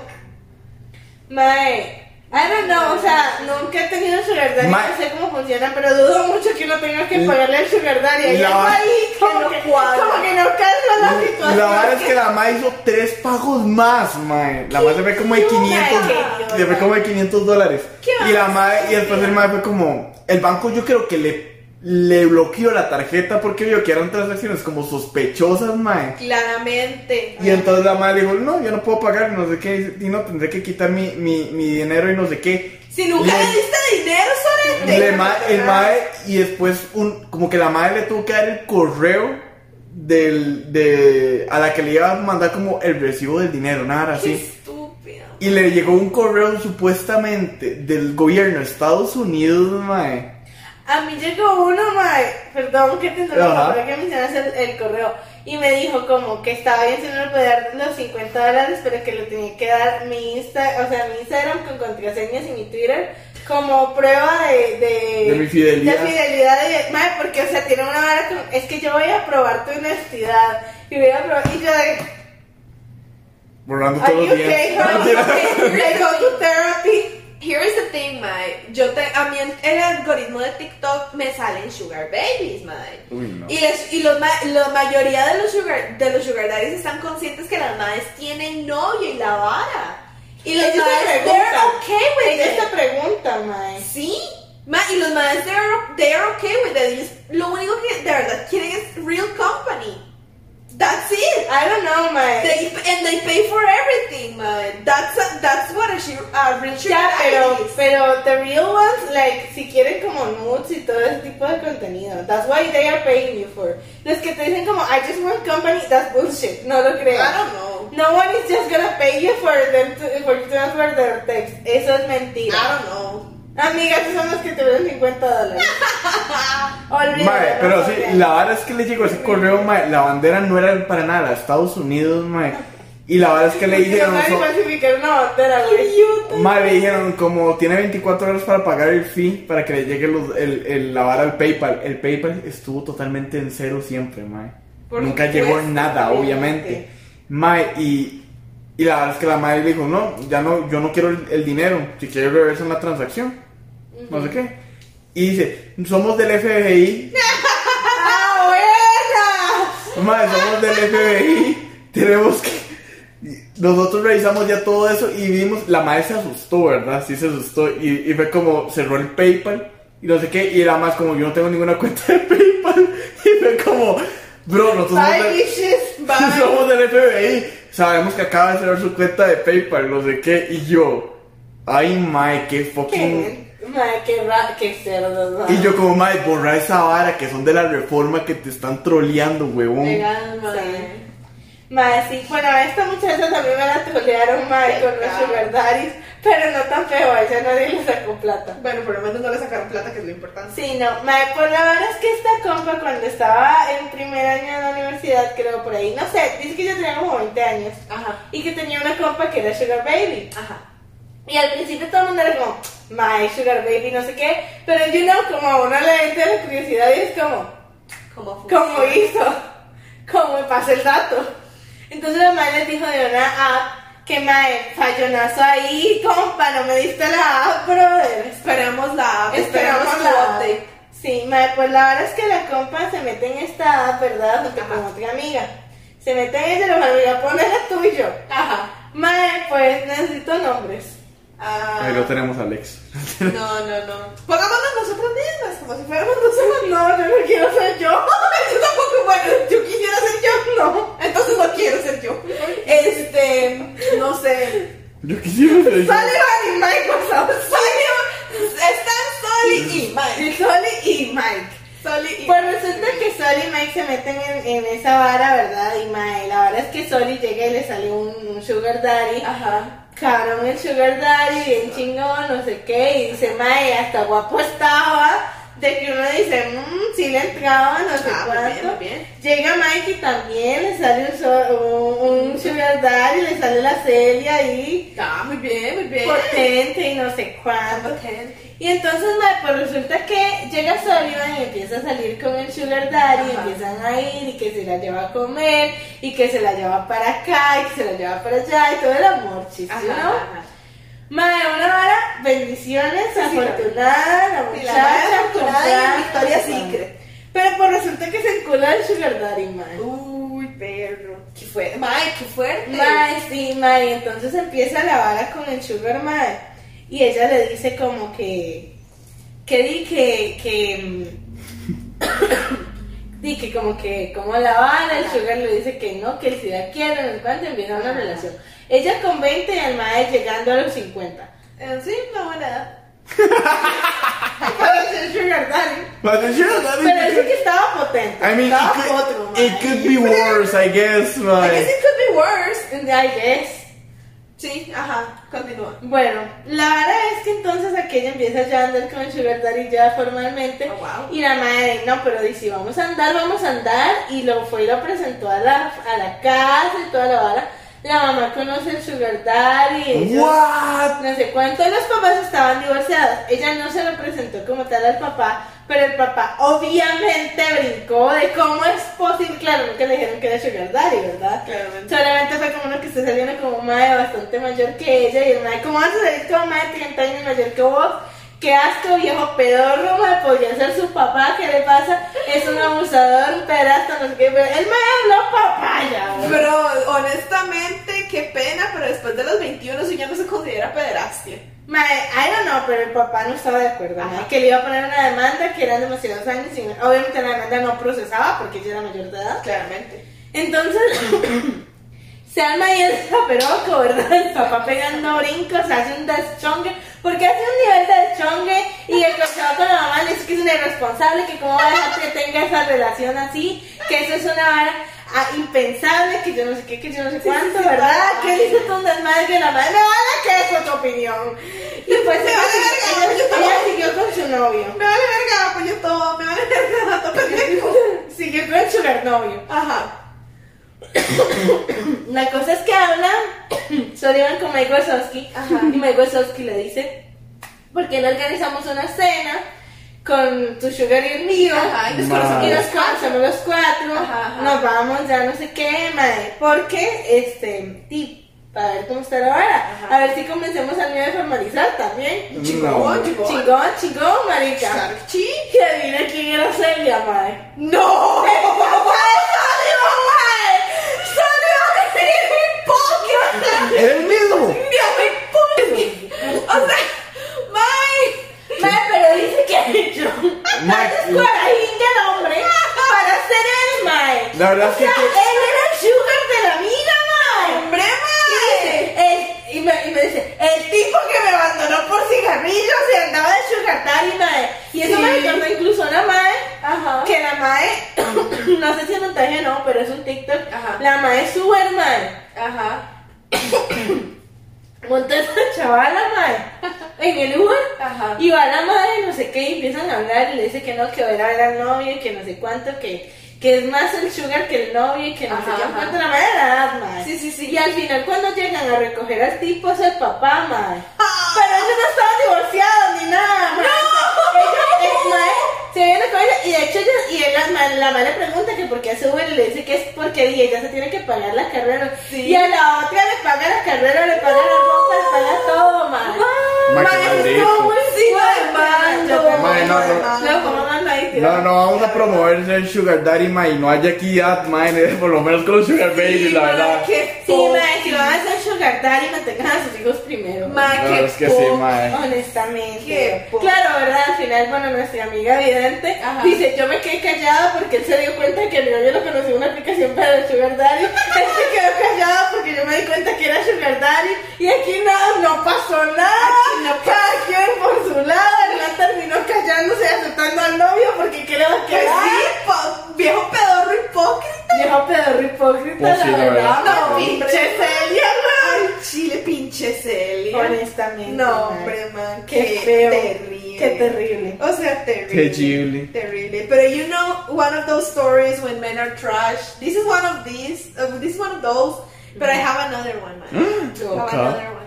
Speaker 4: Mae, I don't know, o sea, nunca he tenido sugar daddy,
Speaker 3: Mae.
Speaker 4: no sé cómo funciona, pero dudo mucho que no tenga que pagarle al sugar daddy. Hay
Speaker 3: La-
Speaker 4: algo ahí como
Speaker 2: no
Speaker 4: que,
Speaker 2: cuadra.
Speaker 4: como que no calza la situación.
Speaker 3: La verdad es que la ma hizo tres pagos más, mae. La ma se ve como de
Speaker 4: Qué
Speaker 3: 500,
Speaker 4: idiota.
Speaker 3: se ve como de 500 dólares.
Speaker 4: Qué
Speaker 3: Y la ma,
Speaker 4: basura.
Speaker 3: y después el mae fue como, el banco yo creo que le, le bloqueó la tarjeta porque vio que eran transacciones como sospechosas, mae.
Speaker 2: claramente.
Speaker 3: Y entonces la madre dijo, no, yo no puedo pagar, no sé qué, y no, tendré que quitar mi, mi, mi dinero y no sé qué.
Speaker 2: Si nunca
Speaker 3: Le-
Speaker 2: le diste dinero, Sorete.
Speaker 3: le ma- el mae y después un, como que la madre le tuvo que dar el correo del, de, a la que le iba a mandar como el recibo del dinero, nada
Speaker 2: Qué
Speaker 3: así.
Speaker 2: estúpido.
Speaker 3: Y le llegó un correo supuestamente del gobierno de Estados Unidos, mae.
Speaker 4: A mí llegó uno, mae, perdón que
Speaker 3: Ajá.
Speaker 4: te interrumpa, pero que mencionas el, el correo. Y me dijo como que estaba bien si no le podía dar los 50 dólares, pero que le tenía que dar mi Insta, o sea, mi Instagram con contraseñas y mi Twitter como prueba de... De,
Speaker 3: De mi fidelidad.
Speaker 4: Eh, De fidelidad de... Mae, porque, o sea, tiene una vara como, es que yo voy a probar tu honestidad. Y voy a probar... Y yo de...
Speaker 3: Borrando
Speaker 4: Are
Speaker 3: todos
Speaker 4: you
Speaker 3: los días. *laughs*
Speaker 4: okay, honey? Okay, I go to therapy.
Speaker 2: Here is the thing, Mae. Yo te, a mí en el algoritmo de TikTok me salen sugar babies, Mae.
Speaker 3: Uy, no.
Speaker 2: Y, les- y los ma- la mayoría de los, sugar, de los sugar daddies están conscientes que las madres tienen novio y la vara. Y los
Speaker 4: Ellos te
Speaker 2: madres, they're
Speaker 4: preguntan.
Speaker 2: okay with
Speaker 4: Ella
Speaker 2: it.
Speaker 4: te pregunta, mae.
Speaker 2: Sí. Ma, y los madres, they're, they're okay with it. Ellos- lo único que de verdad quieren es real company. That's it.
Speaker 4: I don't know, mae.
Speaker 2: They, and they pay for everything, man. That's a, that's what a, su- a real sugar
Speaker 4: Ya, pero,
Speaker 2: daddy is.
Speaker 4: pero the real ones, like, si quieren como nudes y todo ese tipo de contenido. That's why they are paying you for. Los que te dicen como, I just want company, that's bullshit. No lo creo.
Speaker 2: I don't know.
Speaker 4: No one is just gonna pay you for them to, for you to answer their text. Eso es mentira.
Speaker 2: I don't know.
Speaker 4: Amigas, esos son los que te venden 50
Speaker 2: *laughs*
Speaker 4: dólares. Olvídalo.
Speaker 3: Mae, pero
Speaker 4: no
Speaker 3: sí,
Speaker 4: creas.
Speaker 3: la verdad es que le llegó ese correo, mae. La bandera no era para nada, Estados Unidos, mae. Y la verdad es que le
Speaker 4: Porque
Speaker 3: dijeron,
Speaker 4: No
Speaker 3: so-
Speaker 4: van a falsificar una bandera, güey.
Speaker 3: mae, le dijeron, como tiene 24 horas para pagar el fee para que le llegue los- el, el- la vara al PayPal. El PayPal estuvo totalmente en cero siempre, mae.
Speaker 2: Por
Speaker 3: Nunca
Speaker 2: supuesto,
Speaker 3: llegó nada,
Speaker 4: obviamente.
Speaker 3: obviamente. Mae, y, y la verdad es que la madre dijo, no, ya no, yo no quiero el, el dinero, si quiero reversan la transacción. No sé qué. Y dice, somos del FBI,
Speaker 4: ¡Ah, buena!
Speaker 3: Mae, somos del FBI. Tenemos que. Nosotros revisamos ya todo eso y vimos. La madre se asustó, ¿verdad? Sí, se asustó. Y, y fue como cerró el PayPal y no sé qué. Y era más como yo no tengo ninguna cuenta de PayPal. *laughs* Y fue como, bro, nosotros somos
Speaker 4: Bye,
Speaker 3: del,
Speaker 4: bitches.
Speaker 3: *laughs*
Speaker 4: Bye.
Speaker 3: somos del FBI. Sabemos que acaba de cerrar su cuenta de PayPal, no sé qué. Y yo, ay, mae, qué fucking.
Speaker 4: Qué, madre, qué, ra qué cerdos, madre.
Speaker 3: Y yo, como, mae, borra esa vara que son de la reforma que te están troleando, huevón.
Speaker 4: Legal, madre.
Speaker 2: eh.
Speaker 4: Madre, sí, bueno, a esta muchacha también me la trolearon, madre, con los
Speaker 2: Pecado.
Speaker 4: sugar daddies, pero no tan feo, a ella nadie le sacó plata.
Speaker 2: Bueno, por lo menos no le sacaron plata, que es lo importante.
Speaker 4: Sí, no, madre, pues la verdad es que esta compa cuando estaba en primer año de la universidad, creo, por ahí, no sé, dice que yo tenía como 20 años,
Speaker 2: Ajá.
Speaker 4: y que tenía una compa que era sugar baby.
Speaker 2: Ajá.
Speaker 4: Y al principio todo el mundo era como, my sugar baby, no sé qué, pero you know, como a uno le entra la curiosidad y es como,
Speaker 2: Como
Speaker 4: como hizo, como me pasó el dato. Entonces la madre les dijo de una app que mae, fallonazo ahí, compa, no me diste la app, brother.
Speaker 2: Esperamos la app,
Speaker 4: Esperamos
Speaker 2: esperamos
Speaker 4: la
Speaker 2: la
Speaker 4: app.
Speaker 2: update.
Speaker 4: Sí, mae, pues la verdad es que la compa se mete en esta app, ¿verdad? Junto con
Speaker 2: Ajá.
Speaker 4: otra amiga. Se mete en ese, la amiga pone la tuyo. *laughs*
Speaker 2: Ajá.
Speaker 4: Mae, pues necesito nombres.
Speaker 2: Ah,
Speaker 3: Ahí lo tenemos, Alex.
Speaker 2: no, no, no. Pongámonos nosotros mismas, como si fuéramos nosotros.
Speaker 4: No, yo no quiero ser
Speaker 2: Yo
Speaker 4: yo.
Speaker 2: *laughs* tampoco, bueno, yo quisiera ser yo, no. Entonces no quiero ser yo. Este, no sé.
Speaker 3: Yo quisiera ser yo.
Speaker 4: Sullivan y Microsoft.
Speaker 2: Salió, están Soli y Mike.
Speaker 4: Sully y Mike.
Speaker 2: Soli y
Speaker 4: Pues resulta que Sol y Mike se meten en, en esa vara, ¿verdad? Y mae, la vara es que Soli llega y le sale un, un sugar daddy.
Speaker 2: Ajá.
Speaker 4: Cabrón el sugar daddy, bien chingón, no sé qué. Y dice, mae, hasta guapo estaba. De que uno dice, mmm, sí le entraba, no sé
Speaker 2: Ah, muy bien,
Speaker 4: cuánto.
Speaker 2: muy bien.
Speaker 4: Llega Mike y también le sale un, so- un, un sugar daddy, le sale la Celia ahí.
Speaker 2: Ah, muy bien, muy bien.
Speaker 4: Potente y no sé cuánto.
Speaker 2: Potente.
Speaker 4: Y entonces, mae, pues resulta que llega Sullivan y empieza a salir con el Sugar Daddy, y
Speaker 2: Ajá.
Speaker 4: empiezan a ir y que se la lleva a comer, y que se la lleva para acá, y que se la lleva para allá, y todo el amor, chiste,
Speaker 2: Ajá,
Speaker 4: ¿no?
Speaker 2: ajá.
Speaker 4: Mae, una vara, bendiciones,
Speaker 2: sí, la-
Speaker 4: afortunada, la
Speaker 2: sí,
Speaker 4: muchacha,
Speaker 2: la vara afortunada y
Speaker 4: comprada,
Speaker 2: Victoria's
Speaker 4: comprada.
Speaker 2: Secret.
Speaker 4: Pero pues resulta que se encula el Sugar Daddy, mae.
Speaker 2: Uy, perro. Qué fuerte. Mae, qué fuerte.
Speaker 4: Mae, sí, mae, entonces empieza la vara con el sugar, mae, y ella le dice como que, que di que, que, *coughs* mm, di que como que, como la vara, el sugar le dice que no, que él sí la quiere, no cuando empieza una
Speaker 2: Ajá.
Speaker 4: relación. Ella con 20 y el mae llegando a los *laughs* 50.
Speaker 2: Eh, Sí, una buena edad.
Speaker 4: Para ser sugar daddy.
Speaker 3: But it's just- I mean,
Speaker 4: Pero dice que estaba potente.
Speaker 3: I mean,
Speaker 4: estaba
Speaker 3: it could,
Speaker 4: potro, mae.
Speaker 3: it could be worse, I guess,
Speaker 2: I
Speaker 3: man.
Speaker 2: guess it could be worse.
Speaker 4: I guess.
Speaker 2: Sí, ajá, continúa.
Speaker 4: Bueno, la vara es que entonces aquella empieza ya a andar con el Sugar Daddy ya formalmente.
Speaker 2: Oh, wow.
Speaker 4: Y la madre, no, pero dice, vamos a andar, vamos a andar. Y lo fue y lo presentó a la, a la casa y toda la vara. La mamá conoce el Sugar Daddy. ellos-
Speaker 3: What?
Speaker 4: no sé cuánto los papás estaban divorciados. Ella no se lo presentó como tal al papá, pero el papá obviamente brincó de cómo es posible. Claro, nunca le dijeron que era Sugar Daddy, ¿verdad?
Speaker 2: Claramente.
Speaker 4: Solamente fue como uno que está saliendo como un mae bastante mayor que ella y el mae, ¿cómo vas a salir con un mae de 30 años mayor que vos? Qué asco, viejo pedorro, mae, podría ser su papá, ¿qué le pasa? Es un abusador, un pedazo, no sé qué, pero el mae habló papaya, güey.
Speaker 2: Pero honestamente, qué pena, pero después de los 21 eso ya no se considera pederastia.
Speaker 4: Mae, I don't know, pero el papá no estaba de acuerdo,
Speaker 2: Ajá.
Speaker 4: mae, que le iba a poner una demanda que eran demasiados años y obviamente la demanda no procesaba porque ella era mayor de edad.
Speaker 2: Claramente.
Speaker 4: Entonces, *coughs* se arma ahí el zaperoco, ¿verdad? El papá pegando brincos, hace un deschongue, porque hace un nivel de deschongue y el cochado con la mamá le dice que es una irresponsable, que cómo va a dejar que tenga esa relación así, que eso es una vara ah, impensable, que yo no sé qué, que yo no sé cuánto,
Speaker 2: sí,
Speaker 4: ¿verdad?
Speaker 2: sí.
Speaker 4: Que dice todo un desmadre que la madre me vale que es tu opinión. Y pues
Speaker 2: Me vale verga,
Speaker 4: ella,
Speaker 2: yo
Speaker 4: ella siguió con su novio,
Speaker 2: Me vale verga, apoyo todo, me vale verga, dato pendejo.
Speaker 4: siguió con su sugar novio.
Speaker 2: Ajá.
Speaker 4: La cosa es que *coughs* hablan Sullivan con Mike Wazowski
Speaker 2: Ajá.
Speaker 4: y Mike Wazowski le dice, ¿por qué no organizamos una cena con tu sugar y el mío?
Speaker 2: Ajá, y nos conocemos
Speaker 3: Ma.
Speaker 4: Y
Speaker 2: los
Speaker 4: nos
Speaker 2: cuatro.
Speaker 4: conocemos los cuatro,
Speaker 2: Ajá, ajá.
Speaker 4: nos vamos ya no sé qué, madre, porque, este, tip, para ver cómo está la vara,
Speaker 2: Ajá.
Speaker 4: a ver si comencemos al nivel de formalizar también.
Speaker 2: Chingón,
Speaker 3: No.
Speaker 2: chingón.
Speaker 4: Chingón, chingón, marica.
Speaker 2: Claro que sí.
Speaker 4: Que adivina quién era Celia, madre.
Speaker 2: ¡No!
Speaker 3: El mismo.
Speaker 2: O sea, mae.
Speaker 4: Mae, pero dice que yo
Speaker 3: Mae.
Speaker 4: es cuarajín del hombre para ser el mae.
Speaker 3: La verdad
Speaker 4: O
Speaker 3: es que-
Speaker 4: sea, él era el sugar de la amiga, mae.
Speaker 2: ¡Hombre,
Speaker 4: Y
Speaker 2: mae!
Speaker 4: dice, el- y, me, y me dice, el tipo que me abandonó por cigarrillos y andaba de sugar daddy, mae. Y eso
Speaker 2: Sí.
Speaker 4: me recordó incluso a una mae,
Speaker 2: Ajá.
Speaker 4: que la mae, *coughs* no sé si es montaje o no, pero es un TikTok,
Speaker 2: Ajá.
Speaker 4: la mae es super mae.
Speaker 2: Ajá.
Speaker 4: *coughs* Monta esta chavala, madre, en el Uber.
Speaker 2: Ajá.
Speaker 4: Y va la madre, no sé qué, y empiezan a hablar y le dice que no, que va a ir a ver al novio, que no sé cuánto, que, que es más el sugar que el novio, y que no
Speaker 2: Ajá,
Speaker 4: sé qué,
Speaker 2: ajá.
Speaker 4: cuánto la madre de la edad, madre.
Speaker 2: Sí, sí, sí.
Speaker 4: Y al final, cuando llegan a recoger al tipo, es el papá, madre.
Speaker 2: Ah.
Speaker 4: Pero ellos no estaban divorciados ni nada, madre. Ella, el madre, se viene con ella, y de hecho, ella- y él, la, ma- la madre le pregunta que por qué hace Uber, y le dice que es porque ella se tiene que pagar la carrera.
Speaker 2: Sí.
Speaker 4: Y a la otra le paga la carrera, le paga la ropa, le paga todo, madre.
Speaker 3: Mae, qué maldito. Mae, no,
Speaker 2: no.
Speaker 4: Luego, como no, no hay, tío.
Speaker 3: No, no, vamos a promover el Sugar Daddy, mae, y no haya aquí ad, mae, *laughs* por lo menos con el Sugar Baby, la
Speaker 2: mae,
Speaker 3: verdad.
Speaker 2: qué
Speaker 4: Sí,
Speaker 2: po-
Speaker 4: madre, si lo van a hacer sugar daddy, mantengan a sus hijos primero.
Speaker 2: Mae,
Speaker 3: La
Speaker 2: qué
Speaker 3: verdad es que
Speaker 2: po-
Speaker 3: sí, mae.
Speaker 4: Honestamente.
Speaker 2: Qué po-
Speaker 4: Claro, ¿verdad? Al final, bueno, nuestra amiga vidente
Speaker 2: Ajá.
Speaker 4: dice, yo me quedé callada porque él se dio cuenta que mi novio lo conocí en una aplicación para el
Speaker 2: *laughs*
Speaker 4: sugar daddy. Él se quedó callado porque yo me di cuenta que era sugar daddy y aquí nada, no pasó nada. Cada quien por su lado, Hernán terminó callándose y aceptando al novio porque ¿qué le va a
Speaker 2: Pues
Speaker 4: quedar?
Speaker 2: sí, po- viejo
Speaker 3: Oh,
Speaker 4: cuenta,
Speaker 3: sí,
Speaker 4: la
Speaker 3: la
Speaker 4: verdad.
Speaker 3: verdad.
Speaker 2: No,
Speaker 4: mae.
Speaker 2: pinche Celia, man. Chile, pinche Celia.
Speaker 4: Honestamente.
Speaker 2: No,
Speaker 4: mae.
Speaker 2: hombre, man.
Speaker 4: Qué feo.
Speaker 2: Terrible.
Speaker 4: Qué terrible.
Speaker 2: O sea, terrible.
Speaker 3: Terrible.
Speaker 2: Terrible. Pero you know, one of those stories when men are trash. This is one of these. uh, this is one of those. But I have another one, man. I have
Speaker 3: Okay.
Speaker 2: another one.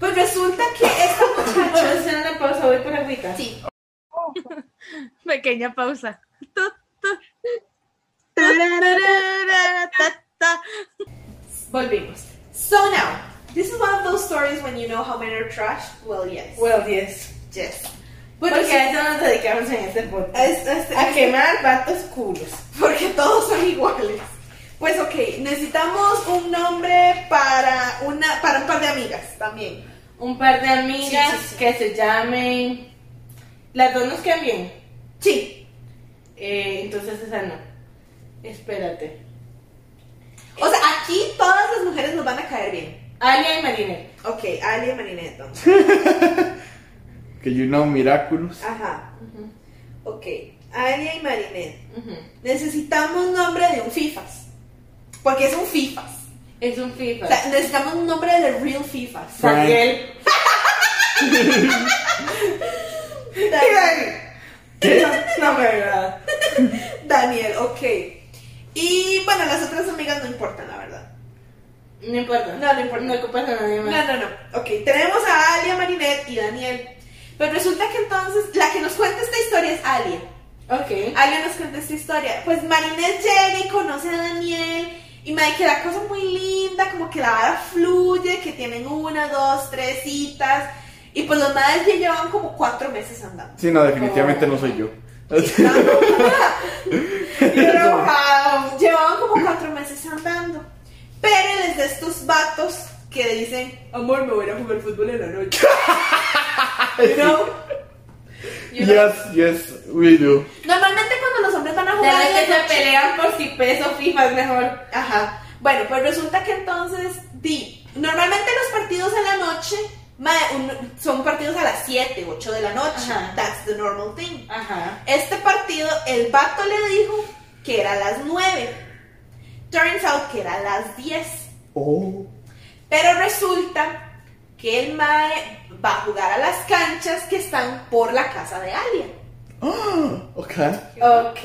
Speaker 2: Pues resulta que esta
Speaker 4: Vamos a
Speaker 2: muchacha.
Speaker 4: hacer una pausa, voy por agüita.
Speaker 2: Sí.
Speaker 1: *laughs* Pequeña pausa.
Speaker 4: Volvimos.
Speaker 2: So now, this is one of those stories when you know how men are trash. Well, yes.
Speaker 4: Well, yes.
Speaker 2: yes. *laughs* But
Speaker 4: Porque
Speaker 2: resulta-
Speaker 4: a eso nos dedicamos en este podcast.
Speaker 2: Es- es-
Speaker 4: A este.
Speaker 2: es-
Speaker 4: quemar vatos culos.
Speaker 2: Porque todos son iguales. Pues ok, necesitamos un nombre para una para un par de amigas también.
Speaker 4: Un par de amigas
Speaker 2: Sí, sí, sí.
Speaker 4: que se llamen. Las dos nos quedan bien.
Speaker 2: Sí.
Speaker 4: Eh, entonces esa no. Espérate.
Speaker 2: O sea, aquí todas las mujeres nos van a caer bien.
Speaker 4: Alia y Marinette.
Speaker 2: Ok, Ali y Marineto.
Speaker 3: Que you know Miraculous.
Speaker 2: Ah, Ajá. Ok, Alia y Marinette. Necesitamos un nombre de un FIFAs. Porque es un FIFAs.
Speaker 4: Es un
Speaker 2: O
Speaker 4: FIFA.
Speaker 2: sea, necesitamos un nombre de real *laughs* FIFAs.
Speaker 4: Daniel.
Speaker 2: Daniel, *laughs*
Speaker 4: No me agrada.
Speaker 2: Daniel, ok. Y bueno, las otras amigas no importan, la verdad.
Speaker 4: No importa.
Speaker 2: No, no importa.
Speaker 4: No ocupas a nadie
Speaker 2: No,
Speaker 4: más.
Speaker 2: no, no. Ok, tenemos a Alia, Marinette y Daniel. Pero resulta que entonces la que nos cuenta esta historia es Alia.
Speaker 4: Ok.
Speaker 2: Alia nos cuenta esta historia. Pues Marinette llega y conoce a Daniel. Y me que la cosa muy linda, como que la vara fluye, que tienen una, dos, tres citas. Y pues los madres ya llevan como cuatro meses andando.
Speaker 3: Sí, no, definitivamente
Speaker 2: *laughs*
Speaker 3: no soy yo.
Speaker 2: Pero, wow, llevaban como cuatro meses andando. Pero desde estos vatos que dicen, amor, me voy a ir a jugar fútbol en la noche. You know?
Speaker 4: Yo no-
Speaker 3: *laughs* Yes, yes, we do.
Speaker 2: Normalmente cuando los hombres van a
Speaker 4: De
Speaker 2: jugar
Speaker 4: las
Speaker 2: en
Speaker 4: que
Speaker 2: la
Speaker 4: se
Speaker 2: noche-
Speaker 4: pelean por si peso FIFA es mejor.
Speaker 2: Ajá. Bueno, pues resulta que entonces, di, normalmente los partidos en la noche ma- un- son partidos a las 7, 8 de la noche.
Speaker 4: Ajá.
Speaker 2: That's the normal thing.
Speaker 4: Ajá.
Speaker 2: Este partido, el vato le dijo que era a las 9. Turns out que era a las 10.
Speaker 3: Oh. *gasps*
Speaker 2: Pero resulta que el Mae va a jugar a las canchas que están por la casa de Alia.
Speaker 3: Ah, ok.
Speaker 4: Ok.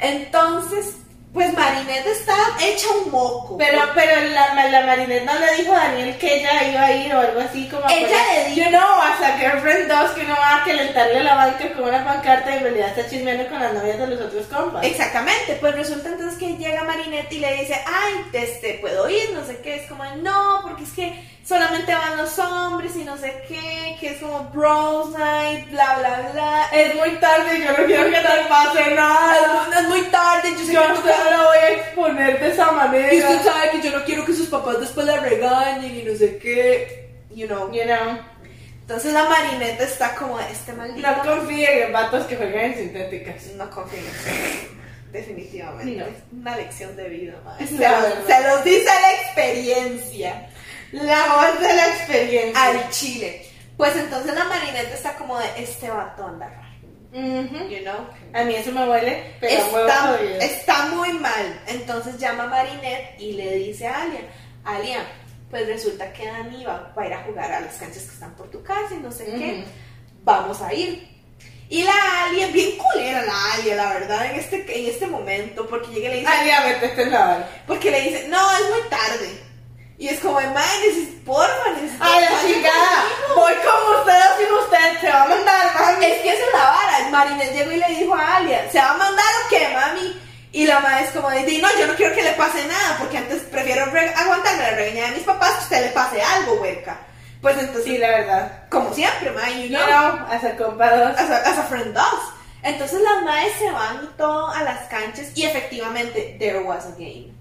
Speaker 2: Entonces, pues Marinette está hecha un moco.
Speaker 4: Pero, pero la, la Marinette no le dijo a Daniel que ella iba a ir o algo así como... a
Speaker 2: Ella
Speaker 4: poner-
Speaker 2: le dijo-
Speaker 4: You know, as a girlfriend does, que uno va a calentarle la banca con una pancarta y en realidad está chismeando con las novias de los otros compas.
Speaker 2: Exactamente, pues resulta entonces que llega Marinette y le dice, ay, este, puedo ir, no sé qué, es como, no, porque es que solamente van los hombres y no sé qué, que es como bros night, bla, bla, bla.
Speaker 4: Es muy tarde, yo no quiero que tal pase nada.
Speaker 2: "Ah, Es muy tarde, yo sé
Speaker 4: Yo
Speaker 2: que
Speaker 4: no
Speaker 2: no
Speaker 4: se la voy a exponer de esa manera.
Speaker 2: Y usted sabe que yo no quiero que sus papás después la regañen y no sé qué. Eh, You know.
Speaker 4: You know,
Speaker 2: Entonces la marineta está como este maldito.
Speaker 4: no confíen en vatos que juegan en sintéticas.
Speaker 2: No confío. Definitivamente.
Speaker 4: No.
Speaker 2: Es una lección de vida, madre.
Speaker 4: No,
Speaker 2: Se, los-
Speaker 4: no, no.
Speaker 2: se los dice la experiencia.
Speaker 4: La voz de la experiencia.
Speaker 2: Al chile. Pues entonces la marineta está como de este batón, la rara,
Speaker 4: Ujú.
Speaker 2: You know.
Speaker 4: A mí eso me huele, pero a huevo
Speaker 2: está,
Speaker 4: todavía.
Speaker 2: está muy mal. Entonces llama a Marinette y le dice a Alia, Alia, pues resulta que Dani va, va a ir a jugar a las canchas que están por tu casa y no sé qué,
Speaker 4: Ujú.
Speaker 2: vamos a ir. Y la Alia, bien culera la Alia, la verdad, en este, en este momento, porque llega y le dice,
Speaker 4: Alia, metete en este la barra.
Speaker 2: porque le dice, no, es muy tarde. Y es como, madre, porfa, necesito
Speaker 4: ¡A la
Speaker 2: baño
Speaker 4: chingada!
Speaker 2: contigo".
Speaker 4: Voy con ustedes y usted se va a mandar, mami.
Speaker 2: Es que esa es la vara. Marinette llegó y le dijo a Alia, ¿se va a mandar o qué, mami? Y la madre es como, de, "Di, no, yo no quiero que le pase nada, porque antes prefiero re- aguantarme la regañada de mis papás que usted le pase algo, huerca. Pues entonces,
Speaker 4: Sí, la verdad.
Speaker 2: como siempre, ma, you
Speaker 4: Yo
Speaker 2: know,
Speaker 4: no, hasta compa dos.
Speaker 2: as, a, as a friend does. Entonces las madres se van y todo a las canchas, y efectivamente, there was a game.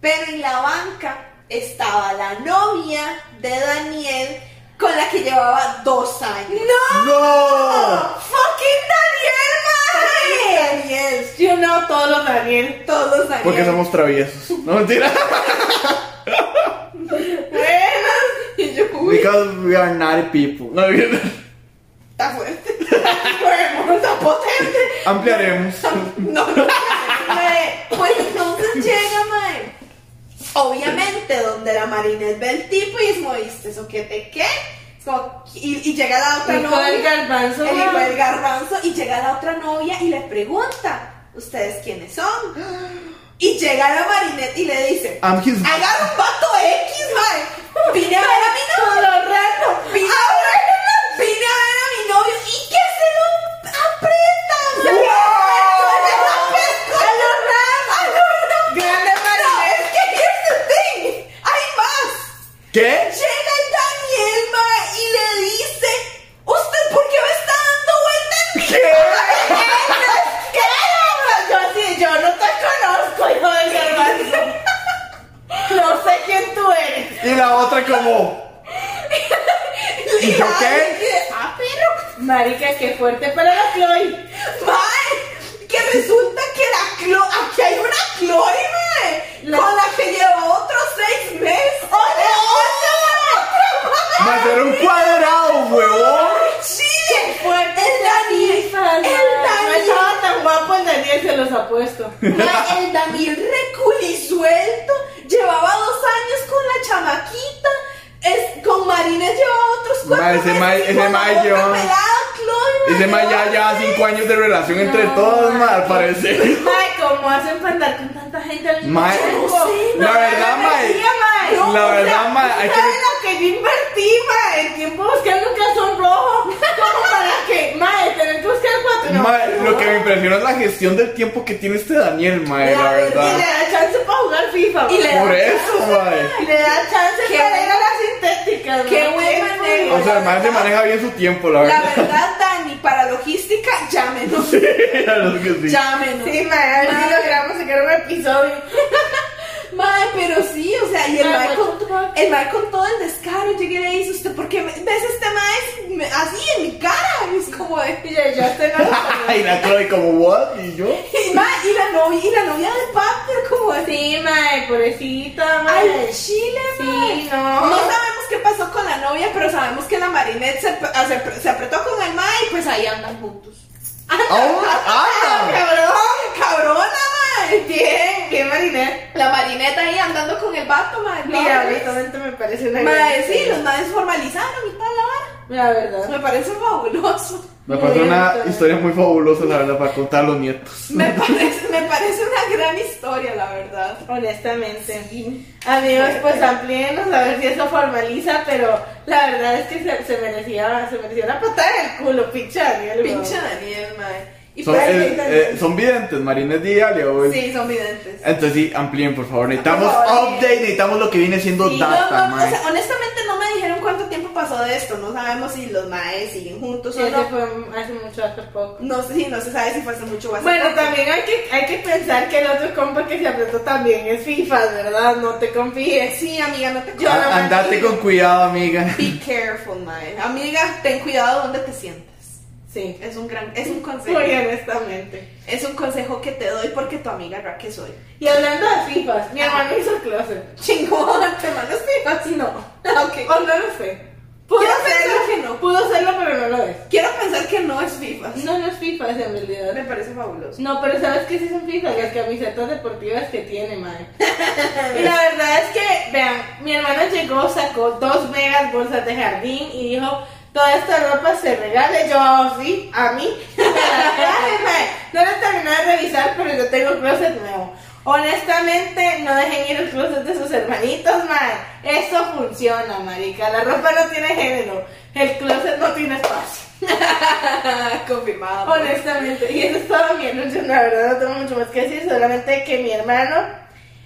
Speaker 2: Pero en la banca estaba la novia de Daniel, con la que llevaba dos años. ¡No!
Speaker 3: ¡No!
Speaker 2: ¡Fucking Daniel, madre! Daniel!
Speaker 4: Yo no, todos los Daniel.
Speaker 2: Todos los Daniel.
Speaker 3: Porque somos traviesos.
Speaker 2: *laughs*
Speaker 3: No mentira.
Speaker 2: buenas. Y yo, uy,
Speaker 3: Because we are naughty people. No,
Speaker 2: está fuerte. *laughs* Huevo, está potente.
Speaker 4: *laughs*
Speaker 3: ampliaremos.
Speaker 2: No, no. Mae, Pues entonces llega, mae. obviamente, donde la Marinette ve el tipo y es como, ¿viste eso qué te qué? Es como, y, y llega la otra
Speaker 4: El hijo
Speaker 2: novia.
Speaker 4: del garbanzo,
Speaker 2: El hijo
Speaker 4: ma.
Speaker 2: del garbanzo. Y llega la otra novia y le pregunta, ¿ustedes quiénes son? Y llega la Marinette y le dice,
Speaker 3: I'm his-
Speaker 2: agarra un vato X, mae. Vine a ver a mi novio. Vine a ver, vine a ver a mi novio y que se lo aprietan. Se lo aprietan. A lo raro. A lo raro.
Speaker 4: Grande
Speaker 2: No, es que here's the thing. Hay más.
Speaker 3: ¿Qué?
Speaker 2: Llega el Daniel, ma, y le dice, ¿usted por qué me está dando vuelta en mi
Speaker 4: ¿Qué? Yo así, yo no te conozco, hijo del garbanzo. No sé quién tú eres.
Speaker 3: Y la otra como... ¿Y yo qué?
Speaker 4: Ah, pero. Marica, qué fuerte para la Chloe.
Speaker 2: Mae, que resulta que la Clo aquí hay una Chloe, mae,
Speaker 4: La- Oh,
Speaker 2: con la que llevó otros seis meses.
Speaker 3: Más era un cuadrado, huevón.
Speaker 2: ¡Chile!
Speaker 4: Fuerte
Speaker 2: El Daniel,
Speaker 4: Daniel.
Speaker 2: el
Speaker 4: No
Speaker 2: Daniel.
Speaker 4: estaba tan guapo el Daniel, se los
Speaker 3: *laughs*
Speaker 4: ha puesto.
Speaker 2: Mae, el Daniel reculisuelto, llevaba dos años con la chamaquita, es, con Marina llevaba otros cuatro
Speaker 3: Mae, ese
Speaker 2: meses,
Speaker 3: mae-
Speaker 2: y
Speaker 3: ese
Speaker 2: con la
Speaker 3: mae
Speaker 2: otra
Speaker 3: lleva-
Speaker 2: pelada Chloe, mae,
Speaker 3: Dice, ma, ya, ya, cinco años de relación entre
Speaker 4: No,
Speaker 3: todos, ma, al
Speaker 4: ma.
Speaker 3: parecer.
Speaker 4: Mae, ¿cómo hacen para andar con tanta gente al mismo
Speaker 3: Mae,
Speaker 4: tiempo?
Speaker 2: no sé,
Speaker 3: la verdad, mae,
Speaker 4: mae.
Speaker 3: la verdad, mae, hay que-
Speaker 4: ¿Sabes lo que yo invertí, mae? El tiempo buscando un calzón rojo. ¿Cómo para qué? Mae, tener que buscar cuatro. No,
Speaker 3: Ma,
Speaker 4: no.
Speaker 3: lo que me impresiona es la gestión del tiempo que tiene este Daniel, ma,
Speaker 2: La
Speaker 3: la
Speaker 4: Y le
Speaker 3: verdad.
Speaker 4: da chance para jugar FIFA.
Speaker 2: Y le-
Speaker 3: Por eso, ma.
Speaker 4: Y le da chance
Speaker 2: Qué
Speaker 4: para
Speaker 2: buen-
Speaker 4: ir a las sintéticas.
Speaker 2: qué
Speaker 4: mae.
Speaker 2: buen manejo.
Speaker 3: O sea, el ma se maneja bien su tiempo, la
Speaker 2: La
Speaker 3: verdad. *laughs*
Speaker 2: verdad, Dani, para logística, llámenos.
Speaker 3: La verdad que sí.
Speaker 2: Llámenos.
Speaker 4: Sí, mae, a ver si logramos sacar un episodio.
Speaker 2: *laughs* Mae, pero sí, o sea, y el
Speaker 4: Mae,
Speaker 2: mae
Speaker 4: what
Speaker 2: con,
Speaker 4: the fuck?
Speaker 2: el mae con todo el descaro llegué y le dice, ¿usted por qué me- ves este mae me- así en mi cara? Y es como de...
Speaker 4: Y yo, yo estoy no lo
Speaker 3: Y la Chloe como, what? ¿Y
Speaker 2: *laughs*
Speaker 3: yo?
Speaker 2: Y, mae, y la novia, y la novia de Panther como de...
Speaker 4: Sí, mae, pobrecita, mae.
Speaker 2: Al chile,
Speaker 4: Sí,
Speaker 2: mae.
Speaker 4: no.
Speaker 2: No sabemos qué pasó con la novia, pero sabemos que la Marinette se, ap- ah, se ap- se apretó con el mae y pues ahí andan juntos.
Speaker 3: ¡Oh! ¡Ah!
Speaker 2: ¡Cabrón! ¡Cabrona, mae!
Speaker 4: Bien, bien, Marinette.
Speaker 2: La Marinette ahí andando con el vato, pues, mae. ¿no?
Speaker 4: Mira, honestamente me parece una
Speaker 2: Mae,
Speaker 4: gran
Speaker 2: sí, los
Speaker 4: historia.
Speaker 2: maes formalizaron y tal la vara.
Speaker 4: La verdad.
Speaker 2: Me parece
Speaker 4: *laughs*
Speaker 2: fabuloso.
Speaker 3: Me parece una
Speaker 4: Bonito.
Speaker 3: historia muy fabulosa, la verdad, para contar a los nietos.
Speaker 2: Me parece, me parece una gran historia, la verdad.
Speaker 4: Honestamente. Amigos, pues amplíenos a ver si eso formaliza, pero la verdad es que se, se merecía, se merecía una patada en el culo, pinche Daniel. weón.
Speaker 2: Pinche Daniel, mae. Y
Speaker 3: Son,
Speaker 2: pues,
Speaker 3: eh, eh, son videntes, Marines y Alia, hoy.
Speaker 2: sí, son videntes.
Speaker 3: Entonces sí, amplíen, por favor. Necesitamos
Speaker 2: Por favor.
Speaker 3: update, necesitamos lo que viene siendo
Speaker 2: Sí,
Speaker 3: data,
Speaker 2: no, no,
Speaker 3: mae.
Speaker 2: o sea, honestamente no me dijeron cuánto tiempo pasó de esto. No sabemos si los maes siguen juntos
Speaker 4: Sí,
Speaker 2: o
Speaker 4: ese
Speaker 2: no.
Speaker 4: fue hace mucho, hace poco.
Speaker 2: No sé si no se sabe si fue hace mucho o hace
Speaker 4: Bueno,
Speaker 2: poco.
Speaker 4: también hay que, hay que pensar que el otro compa que se apretó también es FIFA, ¿verdad? No te confíes.
Speaker 2: Sí, amiga, no te
Speaker 4: Yo-
Speaker 2: conozco.
Speaker 3: A- Ah, Andate con cuidado, amiga.
Speaker 2: Be careful, mae. Amiga, ten cuidado donde te sientas.
Speaker 4: Sí.
Speaker 2: Es un gran, es un
Speaker 4: Muy
Speaker 2: consejo.
Speaker 4: honestamente.
Speaker 2: Es un consejo que te doy porque tu amiga ra que soy.
Speaker 4: Y hablando de FIFA, mi hermano hizo closet.
Speaker 2: Chingón, te mando este Ah,
Speaker 4: Así no.
Speaker 2: Ok.
Speaker 4: O no lo sé. Pudo
Speaker 2: Quiero
Speaker 4: serlo,
Speaker 2: pensar que no.
Speaker 4: Pudo serlo, pero no lo es.
Speaker 2: Quiero pensar que no es FIFA.
Speaker 4: No, no es FIFA en realidad.
Speaker 2: Me parece fabuloso.
Speaker 4: No, pero ¿sabes qué sí son FIFA? Las camisetas deportivas que tiene, madre. Y la verdad es que, vean, mi hermano llegó, sacó dos megas bolsas de jardín y dijo, toda esta ropa se regale yo, sí, a mí. Me la traje, mae. No la terminé de revisar, pero yo tengo closet nuevo. Honestamente, no dejen ir el closet de sus hermanitos, mae. Eso funciona, marica. La ropa no tiene género. El closet no tiene espacio. Ah,
Speaker 2: Confirmado.
Speaker 4: Honestamente, y eso es todo mi anuncio, la verdad no tengo mucho más que decir, solamente que mi hermano,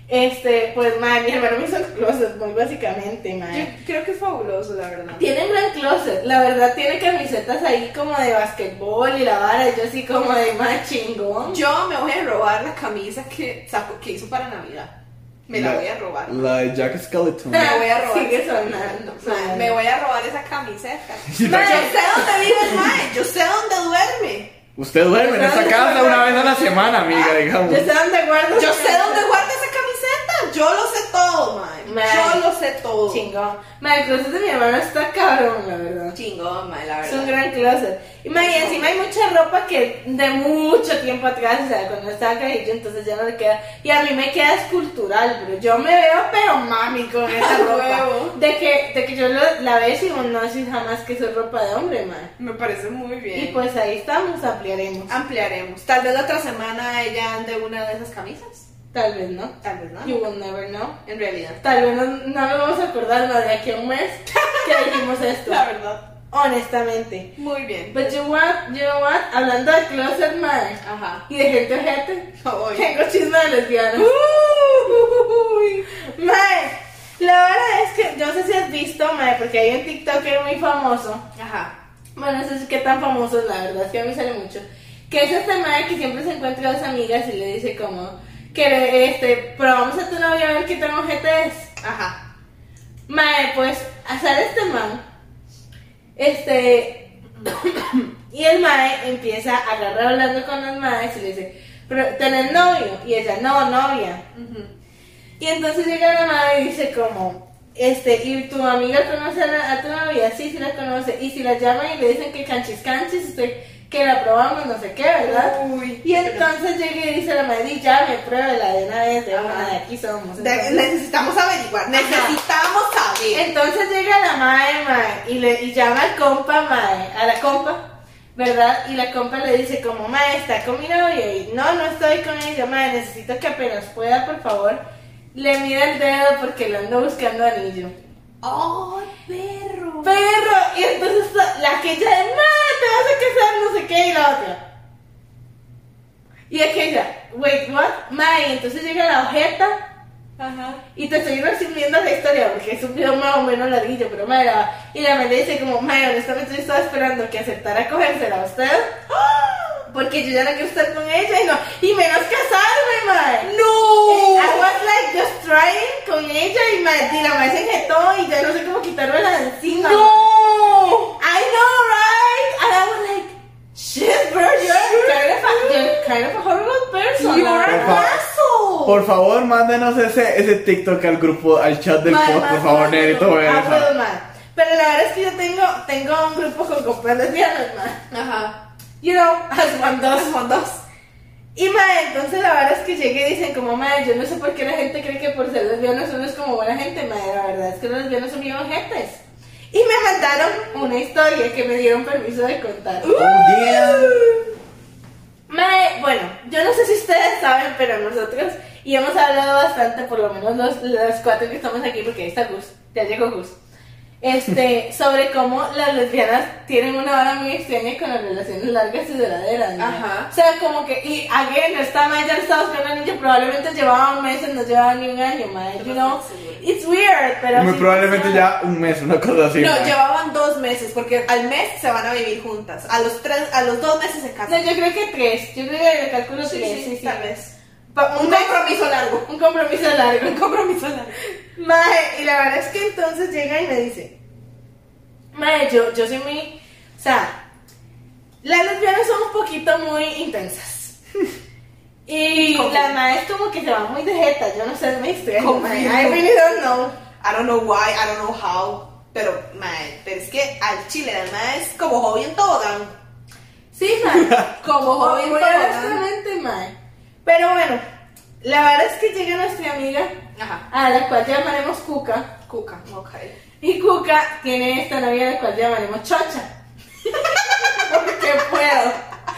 Speaker 4: este, pues madre, mi hermano me hizo el closet, muy básicamente,
Speaker 2: Yo
Speaker 4: madre.
Speaker 2: creo que es fabuloso, la verdad.
Speaker 4: Tiene un gran closet, la verdad tiene camisetas ahí como de basquetbol y la vara, y yo así como de más chingón.
Speaker 2: Yo me voy a robar la camisa que sacó, que hizo para Navidad. Me la voy a robar.
Speaker 3: La de *laughs* Jack Skeleton.
Speaker 2: Me voy a robar.
Speaker 4: Sigue sonando.
Speaker 2: Ma, Me voy a robar esa camiseta.
Speaker 3: Sí,
Speaker 2: Ma,
Speaker 3: la-
Speaker 2: yo sé dónde vive el mae. Yo sé dónde duerme.
Speaker 3: Usted duerme en esta casa una vez a la semana, amiga,
Speaker 4: Yo
Speaker 3: digamos.
Speaker 4: sé dónde guardo.
Speaker 2: Yo sé dónde guarda esa camiseta. yo lo sé todo, mae.
Speaker 4: Mae.
Speaker 2: Yo lo sé todo.
Speaker 4: Chingón. Madre, el closet de mi hermano está cabrón, la verdad.
Speaker 2: Chingón, mae, la
Speaker 4: Es
Speaker 2: verdad.
Speaker 4: un gran closet. Y mae, y encima hay mucha ropa que de mucho tiempo atrás, o sea, cuando estaba carajillo, entonces ya no le queda. Y a mí me queda escultural, pero yo me veo, pero mami,
Speaker 2: *laughs*
Speaker 4: con esa
Speaker 2: Huevo.
Speaker 4: ropa. De que, de que yo lo- la veo y digo, no, si jamás que eso es ropa de hombre, madre.
Speaker 2: Me parece muy bien.
Speaker 4: Y pues ahí estamos, ampliaremos.
Speaker 2: ampliaremos. Tal vez la otra semana ella ande una de esas camisas.
Speaker 4: Tal vez no.
Speaker 2: Tal vez no.
Speaker 4: You will never know.
Speaker 2: En realidad.
Speaker 4: Tal vez no, no nos vamos a acordar más de aquí a un mes *laughs* que dijimos esto.
Speaker 2: La verdad.
Speaker 4: Honestamente.
Speaker 2: Muy bien.
Speaker 4: But you what, you know what, hablando de closet madre
Speaker 2: Ajá.
Speaker 4: y de gente ojete,
Speaker 2: Oye.
Speaker 4: tengo chisme de lesbianas.
Speaker 2: Uy.
Speaker 4: Mae, la verdad es que yo no sé si has visto, mae, porque hay un TikToker muy famoso.
Speaker 2: Ajá.
Speaker 4: Bueno, no sé si qué tan famoso, la verdad, es que a mí sale mucho. Que es este mae que siempre se encuentra a las amigas y le dice como que este, probamos a tu novia a ver qué tan ojete es.
Speaker 2: Ajá.
Speaker 4: Mae, pues, hacer este man. Este. *coughs* y el mae empieza a agarrar hablando con las madres y le dice, pero tenés novio. Y ella, no, novia. Y entonces llega la madre y dice como, este, y tu amiga conoce a, la- a tu novia, sí, sí la conoce. Y si la llaman y le dicen que canchis canchis, usted, que la probamos, no sé qué, ¿verdad?
Speaker 2: Uy.
Speaker 4: Y entonces llega y dice la madre, y ya me pruébela de una vez, de,
Speaker 2: Ajá.
Speaker 4: una, de aquí somos.
Speaker 2: De- necesitamos averiguar. Necesitamos saber.
Speaker 4: Entonces llega la madre, mae, y, le, y llama al compa, mae, a la compa, ¿verdad? Y la compa le dice como, mae, está con mi novio, y no, no estoy con ella, mae, necesito que apenas pueda, por favor, le mida el dedo porque lo ando buscando anillo.
Speaker 2: ¡Oh, perro!
Speaker 4: Perro, y entonces la- la que ella de, mae, te vas a casar, no sé qué, y la otra. Y aquella, wait, what? Mae, y entonces llega la ojeta,
Speaker 2: Ajá.
Speaker 4: y te estoy resumiendo la historia porque es un video más o menos larguillo, pero madre, la- y la madre dice como, madre, honestamente yo estaba esperando que aceptara cogérsela a usted, ¡ah! porque yo ya no quiero estar con ella y no, y menos casarme, madre.
Speaker 2: ¡No!
Speaker 4: I was like just trying con ella y, madre, y la madre se enjetó y ya no sé cómo quitármela de encima.
Speaker 2: ¡No!
Speaker 4: I know, right? And I was like, shit, bro, you're kind of a, you're kind of a horrible person.
Speaker 2: ¡You're
Speaker 4: la
Speaker 2: an
Speaker 3: Por
Speaker 4: verdad.
Speaker 3: favor.
Speaker 2: asshole!
Speaker 3: Por favor, mándenos ese, ese TikTok al grupo, al chat del
Speaker 4: Madre,
Speaker 3: pod,
Speaker 4: madre,
Speaker 3: por favor,
Speaker 4: madre,
Speaker 3: negrito,
Speaker 4: no.
Speaker 3: ve
Speaker 4: Ah,
Speaker 3: esa.
Speaker 4: pues, madre. Pero la verdad es que yo tengo, tengo un grupo con compas lesbianas, madre.
Speaker 2: Ajá.
Speaker 4: You know, *laughs* as one does.
Speaker 2: Son dos.
Speaker 4: Y madre, entonces la verdad es que llegué y dicen como, madre, yo no sé por qué la gente cree que por ser lesbianos uno es como buena gente, madre, la verdad es que los lesbianos son bien ojetes. Y me mandaron una historia que me dieron permiso de contar.
Speaker 3: Oh, damn.
Speaker 4: Mae, bueno, yo no sé si ustedes saben, pero nosotros, y hemos hablado bastante, por lo menos los, los cuatro que estamos aquí, porque ahí está Gus, ya llegó Gus,
Speaker 2: *laughs*
Speaker 4: este, sobre cómo las lesbianas tienen una hora muy extraña con las relaciones largas y duraderas. ¿no?
Speaker 2: Ajá.
Speaker 4: O sea, como que, y again, esta mae ya estaba con una niña, probablemente llevaba meses, no llevaba ni un año, mae, you know, it's weird, pero...
Speaker 3: Muy
Speaker 4: sí
Speaker 3: probablemente
Speaker 4: funciona.
Speaker 3: ya un mes, una cosa así.
Speaker 2: No,
Speaker 3: madre.
Speaker 2: llevaban dos meses, porque al mes se van a vivir juntas. A los tres, a los dos meses se
Speaker 4: No,
Speaker 2: casan.
Speaker 4: yo creo que tres, yo creo que el cálculo
Speaker 2: Sí,
Speaker 4: tres,
Speaker 2: sí,
Speaker 4: sí, sí.
Speaker 2: tal vez.
Speaker 4: Pa-
Speaker 2: Un compromiso largo.
Speaker 4: Un compromiso largo.
Speaker 2: Un compromiso largo.
Speaker 4: Mae, y la verdad es que entonces llega y me dice, Mae, yo, yo soy muy, o sea, las lesbianas son un poquito muy *laughs* intensas. Y
Speaker 2: ¿Cómo?
Speaker 4: la mae es como que se va muy de jeta, yo no sé, es muy extraño.
Speaker 2: ¿Cómo?
Speaker 4: mae, I really don't know.
Speaker 2: I don't know why, I don't know how. Pero, mae, pero es que al chile, la mae es como hobby en tobogán.
Speaker 4: Sí, mae, *laughs* como
Speaker 2: Como
Speaker 4: joven,
Speaker 2: muy
Speaker 4: pero
Speaker 2: arrogante.
Speaker 4: honestamente, mae. Pero bueno, la verdad es que llega nuestra amiga,
Speaker 2: Ajá.
Speaker 4: a la cual llamaremos Cuca,
Speaker 2: Cuca, ok.
Speaker 4: y Cuca tiene esta novia a la cual llamaremos Chocha. *laughs* Porque puedo.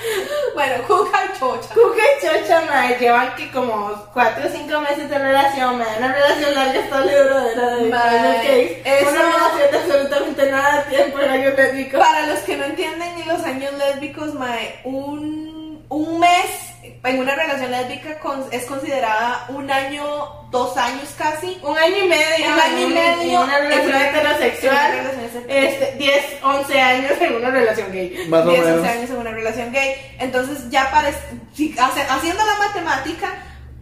Speaker 2: *laughs* Bueno, Cuca y Chocha.
Speaker 4: Cuca y Chocha, madre, llevan que como 4 o 5 meses de relación, madre, una relación larga está duradera de
Speaker 2: Mae,
Speaker 4: de- de-
Speaker 2: eso-
Speaker 4: Una relación de absolutamente nada de tiempo en años lésbicos.
Speaker 2: Para los que no entienden ni los años lésbicos, mae, un, un mes en una relación lésbica con- es considerada un año, dos años casi.
Speaker 4: Un año y medio.
Speaker 2: Un año y
Speaker 4: en-
Speaker 2: medio
Speaker 4: En una
Speaker 2: en una- en
Speaker 4: relación
Speaker 2: una
Speaker 4: heterosexual.
Speaker 2: relación heterosexual.
Speaker 4: Este, 10, 11 años en una relación gay.
Speaker 3: Más o
Speaker 2: 10, 11
Speaker 3: menos.
Speaker 2: años en una relación gay. Entonces, ya para. si- hace- haciendo la matemática,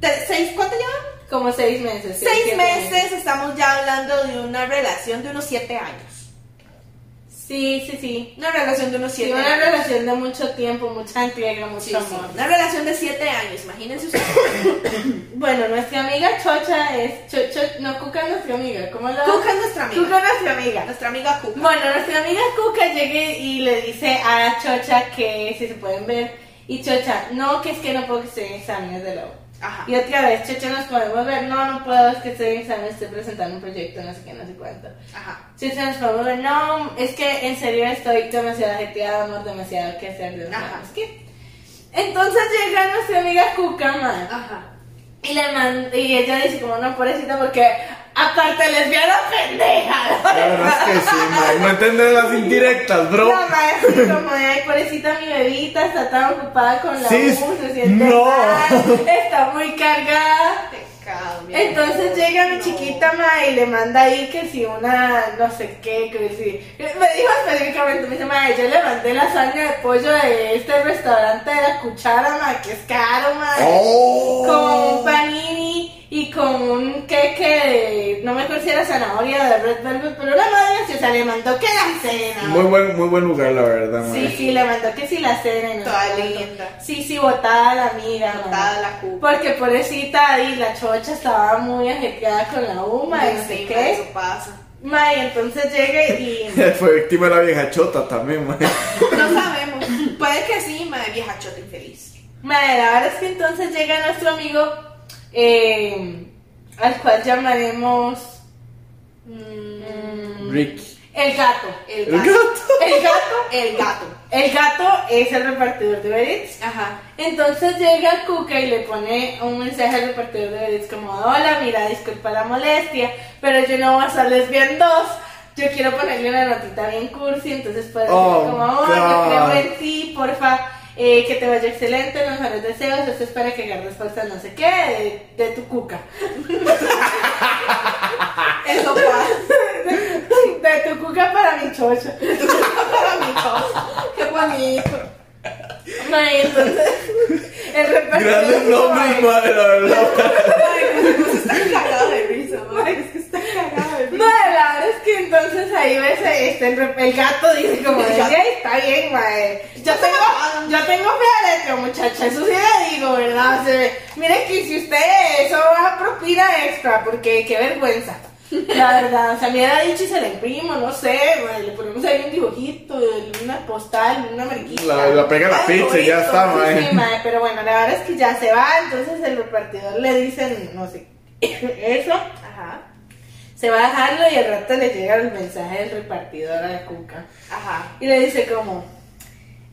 Speaker 2: te- seis, ¿cuánto llevan?
Speaker 4: Como 6 meses. sí,
Speaker 2: seis
Speaker 4: siete
Speaker 2: meses, estamos ya hablando de una relación de unos siete años.
Speaker 4: Sí, sí, sí.
Speaker 2: Una relación de unos
Speaker 4: Sí,
Speaker 2: 7
Speaker 4: una
Speaker 2: años.
Speaker 4: relación de mucho tiempo, mucha entrega, mucho
Speaker 2: Sí, sí,
Speaker 4: amor.
Speaker 2: Una relación de 7 años, imagínense ustedes.
Speaker 4: Bueno, nuestra amiga Chocha es. Cho- Cho- no, Cuca es nuestra amiga. ¿Cómo la.?
Speaker 2: Cuca es nuestra amiga.
Speaker 4: Cuca es nuestra amiga.
Speaker 2: Nuestra amiga Cuca.
Speaker 4: Bueno, nuestra amiga Cuca llega y le dice a Chocha que si se pueden ver. Y Chocha, no, que es que no puedo que estoy en exámenes de la U.
Speaker 2: Ajá.
Speaker 4: Y otra vez, Chocha, nos podemos ver. No, no puedo, es que estoy en exámenes, estoy presentando un proyecto, no sé qué, no sé cuánto.
Speaker 2: Ajá.
Speaker 4: Chocha nos podemos ver. No, es que en serio estoy demasiado ajetreada, amor, demasiado que hacer.
Speaker 2: Ajá.
Speaker 4: Demasiado, es que. Entonces llega nuestra amiga Cuca, man.
Speaker 2: Ajá.
Speaker 4: Y, le man- y ella dice como no, pobrecita, porque aparte lesbiana pendeja.
Speaker 3: La verdad es que sí, mae. No entendés las indirectas, bro.
Speaker 4: La madre como de, ay, pobrecita mi bebita, está tan ocupada con la
Speaker 3: Sí,
Speaker 4: U, se siente
Speaker 3: no.
Speaker 4: mal, está muy cargada.
Speaker 2: Pecado, mi
Speaker 4: Entonces
Speaker 2: amor.
Speaker 4: llega mi
Speaker 2: No.
Speaker 4: chiquita ma y le manda ahí que si una no sé qué, que si. Me dijo específicamente, me dice, ma, yo le mandé lasaña de pollo de este restaurante de la cuchara, ma, que es caro, ma
Speaker 3: Oh.
Speaker 4: con un panini y con un queque de, no me acuerdo si era zanahoria o de red velvet, pero la madre se o sea, le mandó que la cena.
Speaker 3: Muy buen, muy buen lugar, la verdad, mae.
Speaker 4: Sí, sí, le mandó que sí la cena. y no
Speaker 2: Toda
Speaker 4: sé cuánto.
Speaker 2: linda.
Speaker 4: Sí, sí, botada la amiga. ma.
Speaker 2: Botada la Cuca.
Speaker 4: Porque pobrecita y la chocha estaba muy ajetreada con la UMA y no sé
Speaker 2: Sí,
Speaker 4: qué.
Speaker 2: Eso pasa.
Speaker 4: Ma, y entonces llega y...
Speaker 3: *laughs* Fue víctima de la vieja chota también, mae.
Speaker 2: No sabemos. Puede que sí, madre vieja chota infeliz.
Speaker 4: Madre, la verdad es que entonces llega nuestro amigo eh, al cual llamaremos... mm,
Speaker 3: Rick.
Speaker 4: El gato.
Speaker 2: El
Speaker 3: El
Speaker 2: gato.
Speaker 3: gato.
Speaker 4: El gato,
Speaker 2: El gato.
Speaker 4: el gato es el repartidor de Uber Eats.
Speaker 2: Ajá.
Speaker 4: Entonces llega Cuca y le pone un mensaje al repartidor de Uber Eats como, hola, mira, disculpa la molestia, pero yo no voy a estar lesbian 2. Yo quiero ponerle una notita bien cursi, entonces puedes decir
Speaker 3: Oh,
Speaker 4: como, oh, yo creo
Speaker 3: God.
Speaker 4: en ti, porfa, eh, que te vaya excelente, los mejores deseos, esto es para que agarres fuerza no sé qué de, de tu
Speaker 3: *laughs*
Speaker 4: cuca.
Speaker 2: Eso pasa.
Speaker 4: De tu cuca para mi
Speaker 3: *laughs*
Speaker 4: chocho. *laughs*
Speaker 2: Para mi cosa. Qué bonito.
Speaker 4: Mae, entonces, el repartidor...
Speaker 3: Grandes
Speaker 4: dijo,
Speaker 3: nombres,
Speaker 4: "Ay,
Speaker 3: mae, la verdad.
Speaker 2: Ay, no, Pues está cagado de
Speaker 4: *laughs*
Speaker 2: risa, madre. Es que está cagado de
Speaker 4: No,
Speaker 2: risa.
Speaker 4: la verdad es que entonces ahí ves eh, este, el, re- el gato dice como
Speaker 2: El
Speaker 4: "Ay,
Speaker 2: gato.
Speaker 4: está bien, mae. Yo tengo, yo tengo fea letra, muchacha, eso sí le digo, ¿verdad? O sea, mire que si usted eso va a propina extra, porque qué vergüenza. La verdad, o sea, me hubiera dicho y se la imprimo, no sé, mae, le ponemos ahí un dibujito, una postal, una marquita.
Speaker 3: La, la pega la
Speaker 2: Ay,
Speaker 3: pizza y ya
Speaker 2: bonito,
Speaker 3: está,
Speaker 4: Sí,
Speaker 3: mae.
Speaker 4: sí, mae, pero bueno, la verdad es que ya se va, entonces el repartidor le dice, no sé, *laughs* eso.
Speaker 2: Ajá.
Speaker 4: Se va a dejarlo y al rato le llega el mensaje del repartidor a la Cuca.
Speaker 2: Ajá.
Speaker 4: Y le dice como,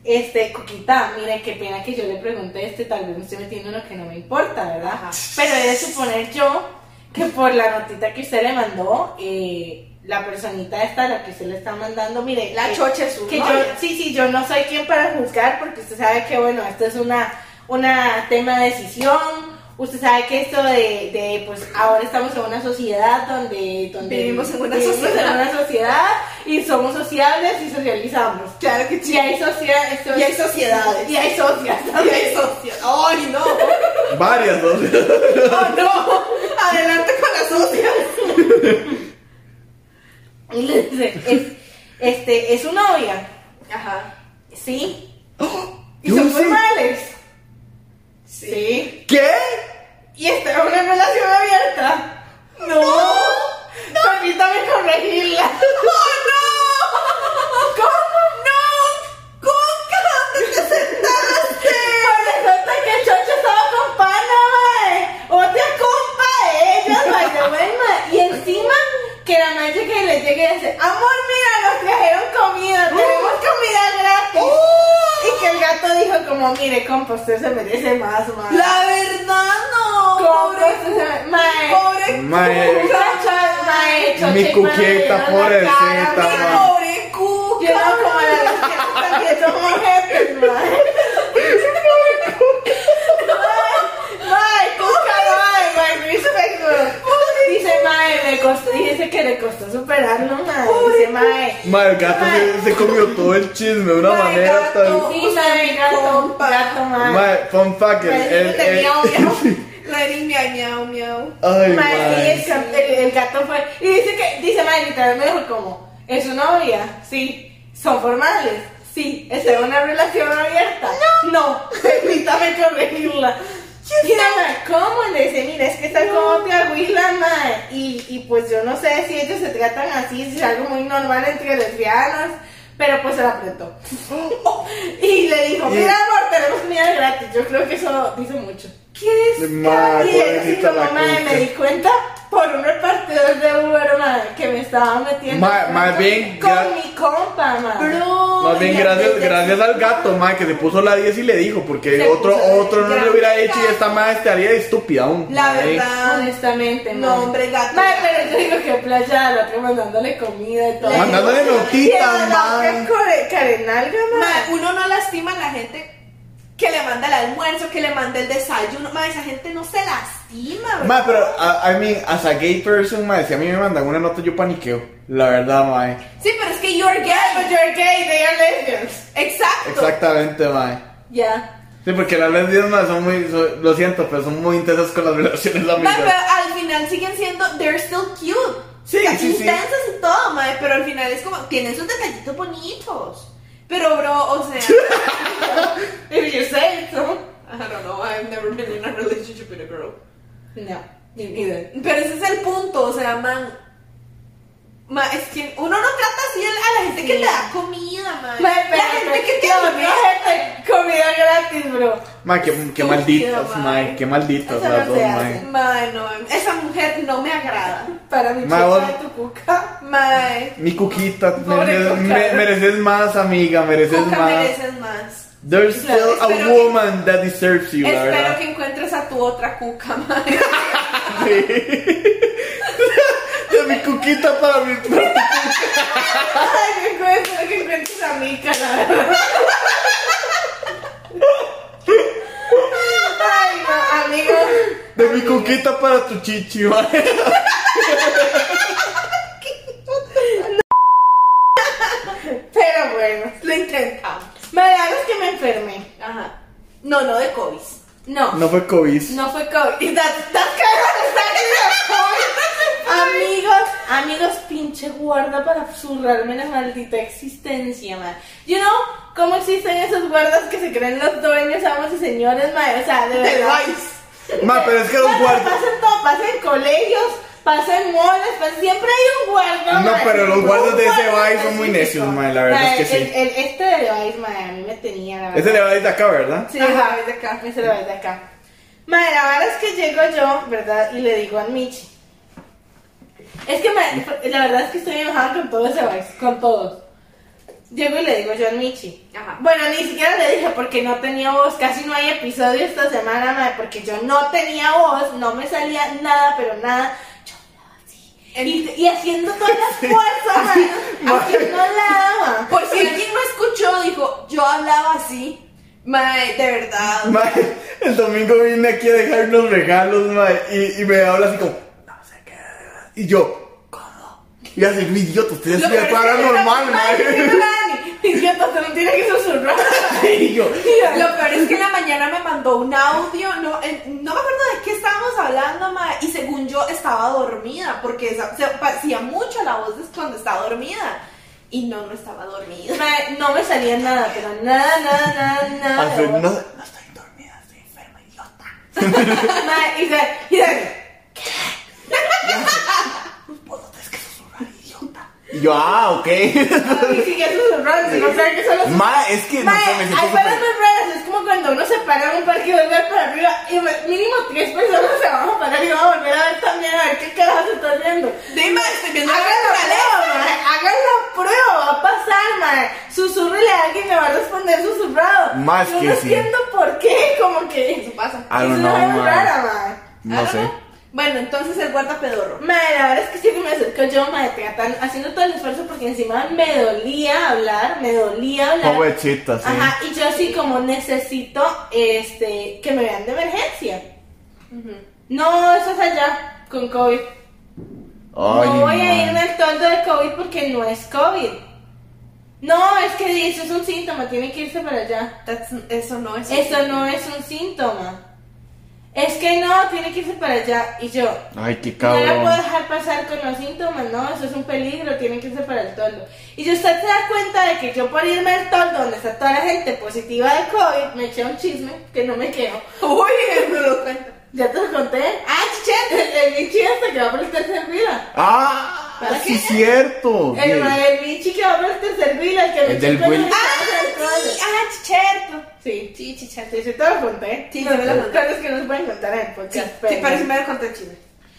Speaker 4: este, Cuquita, mire, qué pena que yo le pregunte este, tal vez me estoy metiendo en lo que no me importa, ¿verdad?
Speaker 2: Ajá.
Speaker 4: Pero he de suponer yo que por la notita que usted le mandó, eh, la personita esta, a la que usted le está mandando, mire, eh,
Speaker 2: La
Speaker 4: que-
Speaker 2: chocha es su
Speaker 4: que yo,
Speaker 2: novia.
Speaker 4: sí, sí, yo no soy quien para juzgar porque usted sabe que, bueno, esto es una, una tema de decisión. Usted sabe que esto de, de, pues, ahora estamos en una sociedad donde... donde
Speaker 2: Vivimos en una
Speaker 4: vivimos en
Speaker 2: sociedad.
Speaker 4: una sociedad y somos sociables y socializamos.
Speaker 2: Claro que
Speaker 4: Y hay sociedad... esto-
Speaker 2: Y hay sociedades.
Speaker 4: Y hay socias.
Speaker 2: Y hay socia. ¡Ay, no!
Speaker 3: Varias dos. *laughs*
Speaker 2: ¡Oh, no! Adelante con la socia.
Speaker 4: Y le dice, es, este, es su novia.
Speaker 2: Ajá.
Speaker 4: Sí. Y
Speaker 3: Yo
Speaker 4: son
Speaker 3: sé.
Speaker 4: formales.
Speaker 2: Sí.
Speaker 3: ¿Qué?
Speaker 4: Y esta es una relación abierta. No. Permítame *laughs* corregirla. ¡Oh, no! ¿Cómo? ¡No! ¡Cuca! ¡Te sentaste! Pues resulta que Chocho estaba con pana, mae. Otra compa de ellos, mae, de buen, mae. Y encima, que la madre llegue y le llegue y dice, amor, mira, nos trajeron comida, tenemos comida gratis. Y que el gato dijo como, mire, compa, usted se merece más, mae.
Speaker 2: La verdad, no.
Speaker 4: Compa,
Speaker 2: Pobre,
Speaker 4: usted se merece... Mae.
Speaker 2: pobre,
Speaker 3: Mae. Mi cuqueta, pobrecita,
Speaker 2: mi
Speaker 3: mae.
Speaker 2: pobre cuca.
Speaker 4: Yo no como la gente *laughs* también somos jefes, mae. Mae, cuca, mae, mae, respect, mae. Dice, mae, me costó, dice que le costó superarlo, mae. Dice, mae.
Speaker 3: Mae, el gato se, se comió todo el chisme de una
Speaker 2: Mae,
Speaker 3: manera
Speaker 2: gato.
Speaker 3: tan.
Speaker 4: Sí, mae, gato, gato, mae.
Speaker 3: Mae, fun fact. el- el-
Speaker 4: Mae,
Speaker 3: el-
Speaker 4: tenía un
Speaker 2: Larry, miau, miau, miau.
Speaker 3: *laughs* Ay,
Speaker 4: Mae,
Speaker 3: mae.
Speaker 4: sí, el, el- el gato fue. Y dice que, dice, mae, literalmente me dijo como, ¿es su novia? Sí. ¿Son formales? Sí. ¿Es en una relación abierta? No. No. *laughs* Permítame corregirla. Y la mae, ¿cómo? Le dice, mira, es que está como Piagüila, mae. Y, y pues yo no sé si ellos se tratan así, si es algo muy normal entre lesbianas. Pero pues se la *gasps* apretó. *laughs* y le dijo,
Speaker 3: Y-
Speaker 4: mira, amor, tenemos comida gratis. Yo creo que eso dice mucho. ¿Qué es?
Speaker 3: Mae,
Speaker 4: Y
Speaker 3: pobrecita
Speaker 4: la
Speaker 3: la
Speaker 4: mamá me
Speaker 3: Cuca.
Speaker 4: di cuenta por un repartidor de Uber, mae, que me estaba metiendo.
Speaker 3: Mae,
Speaker 4: en
Speaker 3: mae,
Speaker 4: cuenta
Speaker 3: bien,
Speaker 4: Con
Speaker 3: gra-
Speaker 4: mi compa, mae.
Speaker 2: Bro.
Speaker 3: Más bien gracias, gracias al gato, ma, que se puso la 10 y le dijo, porque
Speaker 4: Se
Speaker 3: otro,
Speaker 4: puso la
Speaker 3: otro no le
Speaker 4: gran
Speaker 3: hubiera hecho y esta madre estaría estúpida aún.
Speaker 2: La
Speaker 3: mae.
Speaker 2: verdad.
Speaker 4: Honestamente,
Speaker 2: No,
Speaker 4: mae.
Speaker 2: hombre, gato.
Speaker 4: Mae, pero yo digo que playa al otro mandándole comida y todo.
Speaker 2: Ma,
Speaker 3: Mandándole notitas, ma.
Speaker 4: Carenalga,
Speaker 2: Ma, uno no lastima a la gente que le manda el almuerzo, que le manda el desayuno. Ma, esa gente no se lastima, bro.
Speaker 3: Ma, pero, a- I mean, as a gay person, ma, si a mí me mandan una nota, yo paniqueo. La verdad, ma.
Speaker 2: Sí, pero es que you're
Speaker 4: But
Speaker 2: gay.
Speaker 4: you're gay, they are lesbians.
Speaker 2: Exacto.
Speaker 3: Exactamente, ma.
Speaker 4: Ya.
Speaker 3: Sí, porque las lesbianas son muy, son- lo siento, pero son muy intensas con las relaciones
Speaker 2: Ma, pero
Speaker 3: amigas.
Speaker 2: al final siguen siendo, they're still cute.
Speaker 3: Sí,
Speaker 2: O sea,
Speaker 3: sí, sí.
Speaker 2: Intensas y todo, mae, pero al final es como, tienen sus detallitos bonitos. Pero, bro, o sea,
Speaker 4: If you say so.
Speaker 2: I don't know, I've never been in a relationship with a girl.
Speaker 4: No, me neither.
Speaker 2: Pero ese es el punto, o sea, man. Ma, es que uno no trata así a la gente que
Speaker 4: Sí.
Speaker 2: le da comida, man.
Speaker 4: Ma,
Speaker 2: la
Speaker 4: pero-
Speaker 2: gente que te
Speaker 4: no,
Speaker 2: ayuda.
Speaker 4: no, gente, comida gratis, bro.
Speaker 3: Ma, qué, qué
Speaker 2: Estúpida,
Speaker 3: malditas,
Speaker 2: ma.
Speaker 3: ma. Qué malditas
Speaker 4: Eso
Speaker 3: las
Speaker 4: no
Speaker 3: dos,
Speaker 4: se
Speaker 3: ma.
Speaker 4: hace.
Speaker 2: Ma, no, esa mujer no me agrada.
Speaker 4: Para mi
Speaker 3: Ma,
Speaker 4: chica
Speaker 3: vos-
Speaker 4: de tu cuca.
Speaker 2: Ma,
Speaker 3: Mi cuquita,
Speaker 4: Pobre
Speaker 3: mereces,
Speaker 4: cuca.
Speaker 3: me- mereces más, amiga, mereces
Speaker 2: nunca
Speaker 3: más.
Speaker 2: mereces más.
Speaker 3: There's still a
Speaker 2: Espero que-
Speaker 3: woman that deserves you, la
Speaker 2: Espero
Speaker 3: verdad.
Speaker 2: que encuentres a tu otra cuca, ma.
Speaker 3: *laughs*
Speaker 4: *laughs*
Speaker 3: De mi cuquita para mi para tu-
Speaker 4: Ay, me encuentro que encuentres a mi cara. Ay, no, amigo.
Speaker 3: De mi cuquita para tu chichi, ma.
Speaker 4: Pero bueno.
Speaker 2: Lo intentamos.
Speaker 4: Me es que me enfermé.
Speaker 2: Ajá. No, no de COVID.
Speaker 4: No.
Speaker 3: No fue COVID.
Speaker 4: No fue COVID. That- that's kind of the second of COVID. Amigos, amigos, pinche guarda para zurrarme la maldita existencia, man. You know, ¿cómo existen esos guardas que se creen los dueños, amos y señores, man?
Speaker 3: *laughs*
Speaker 4: O sea, de
Speaker 2: Del
Speaker 4: verdad.
Speaker 2: Vice.
Speaker 3: Ma, pero es que los
Speaker 4: Bueno,
Speaker 3: guardas.
Speaker 4: Pasa en todo, pasa en colegios, pasa en moles, pasa- siempre hay un guarda,
Speaker 3: No,
Speaker 4: man.
Speaker 3: pero los
Speaker 4: Un
Speaker 3: guardas de ese
Speaker 4: guarda
Speaker 3: Vice son muy
Speaker 4: específico.
Speaker 3: necios, man, la verdad
Speaker 4: Man,
Speaker 3: es que sí.
Speaker 4: el- el- este de Vice, man, a mí me tenía, la verdad.
Speaker 3: Ese le va a ir de acá, ¿verdad?
Speaker 4: Sí,
Speaker 2: Ajá.
Speaker 4: es de acá, es de acá, es de acá. Madre, la verdad es que llego yo, ¿verdad? Y le digo al Michi. Es que me- la verdad es que estoy enojada con todo ese vice, con todos. Llego y le digo yo al Michi.
Speaker 2: Ajá.
Speaker 4: Bueno, ni siquiera le dije porque no tenía voz, casi no hay episodio esta semana, madre, porque yo no tenía voz, no me salía nada, pero nada. Yo hablaba así. Y, y haciendo todas
Speaker 2: *laughs*
Speaker 4: las fuerzas, madre, haciendo nada,
Speaker 2: Por
Speaker 4: *laughs*
Speaker 2: si alguien no escuchó, dijo, yo hablaba así. Mae, de verdad.
Speaker 3: Ma, el domingo vine aquí a dejar unos regalos, ma, y, y me habla así como, no sé qué. Y yo, ¿cómo? Y así, mi idiota, usted es
Speaker 4: Lo peor es que
Speaker 3: paranormal,
Speaker 4: era- Ay, sí,
Speaker 3: ma.
Speaker 4: Dani, Idiota, te lo tiene que susurrar.
Speaker 3: *laughs* Y
Speaker 4: *laughs*
Speaker 3: yo,
Speaker 2: Lo peor es que en la mañana me mandó un audio, no, eh, no me acuerdo de qué estábamos hablando, ma, y según yo estaba dormida, porque esa- se parecía mucho la voz de cuando estaba dormida. Y no, no estaba dormida.
Speaker 4: Mae, No me salía nada, pero nada, nada, nada, nada.
Speaker 3: hace, no, no estoy dormida, estoy enferma, idiota.
Speaker 4: Mae, y se- y se-
Speaker 3: Vos no tenés que susurrar, idiota. Y yo, ah, ok. *laughs*
Speaker 4: y sigue susurrando, no sabe que solo
Speaker 3: Ma, es que no sé,
Speaker 4: Mae,
Speaker 3: me
Speaker 4: hay
Speaker 3: siento
Speaker 4: varas
Speaker 3: súper.
Speaker 4: muy raras, es como cuando uno se para en un parque y vuelve para arriba y me- mínimo tres personas se van a parar y van a volver a ver también a ver qué carajo se está viendo.
Speaker 2: Dime, estoy viendo la
Speaker 4: Hagan la prueba, mae, hagan la prueba, va a pasar, mae. Susurrele a alguien me va a responder susurrado.
Speaker 3: Más
Speaker 4: Yo
Speaker 3: que
Speaker 4: no
Speaker 3: sí.
Speaker 4: entiendo por qué, como que
Speaker 2: Eso pasa.
Speaker 3: I
Speaker 4: es
Speaker 3: don't
Speaker 4: una
Speaker 3: know, Ah,
Speaker 4: vara
Speaker 3: ma.
Speaker 4: rara, mae.
Speaker 3: No sé.
Speaker 2: Bueno, entonces el guarda pedorro.
Speaker 4: Madre, la verdad es que siempre me acerco yo, madre, tratando, haciendo todo el esfuerzo porque encima me dolía hablar, me dolía hablar.
Speaker 3: Pobrecita, sí.
Speaker 4: Ajá, y yo así como necesito este que me vean de emergencia. No, eso es allá, con COVID.
Speaker 3: Ay,
Speaker 4: no voy
Speaker 3: ma.
Speaker 4: a irme al toldo de COVID porque no es COVID. No, es que di- eso es un síntoma, tiene que irse para allá.
Speaker 2: That's- eso no es.
Speaker 4: Eso no es un síntoma. Es que no, tiene que irse para allá. Y yo,
Speaker 3: Ay, qué
Speaker 4: no la
Speaker 3: cabrón.
Speaker 4: puedo dejar pasar con los síntomas, no, eso es un peligro, tiene que irse para el toldo. Y si usted se da cuenta de que yo por irme al toldo, donde está toda la gente positiva de COVID, me eché un chisme que no me quedo.
Speaker 2: Uy, *laughs* me lo cuento.
Speaker 4: Ya te lo conté.
Speaker 2: Ah,
Speaker 4: El,
Speaker 2: chichete.
Speaker 4: el Michi este que va por el tercer fila.
Speaker 3: Ah,
Speaker 4: ¿Para
Speaker 3: sí,
Speaker 4: qué?
Speaker 3: cierto.
Speaker 4: El,
Speaker 3: Sí.
Speaker 4: ma- el Michi que va por el tercer fila, el que me
Speaker 3: El del
Speaker 4: chocó en
Speaker 3: Will.
Speaker 4: el-
Speaker 2: Ah, chicherto.
Speaker 4: Sí,
Speaker 2: Sí, chicherto.
Speaker 4: sí, sí, te lo conté.
Speaker 2: Sí, sí, me lo conté.
Speaker 4: Cosas que no se pueden contar en el
Speaker 2: Sí,
Speaker 4: podcast.
Speaker 2: sí,
Speaker 4: pero-
Speaker 2: parece me lo contó el chisme.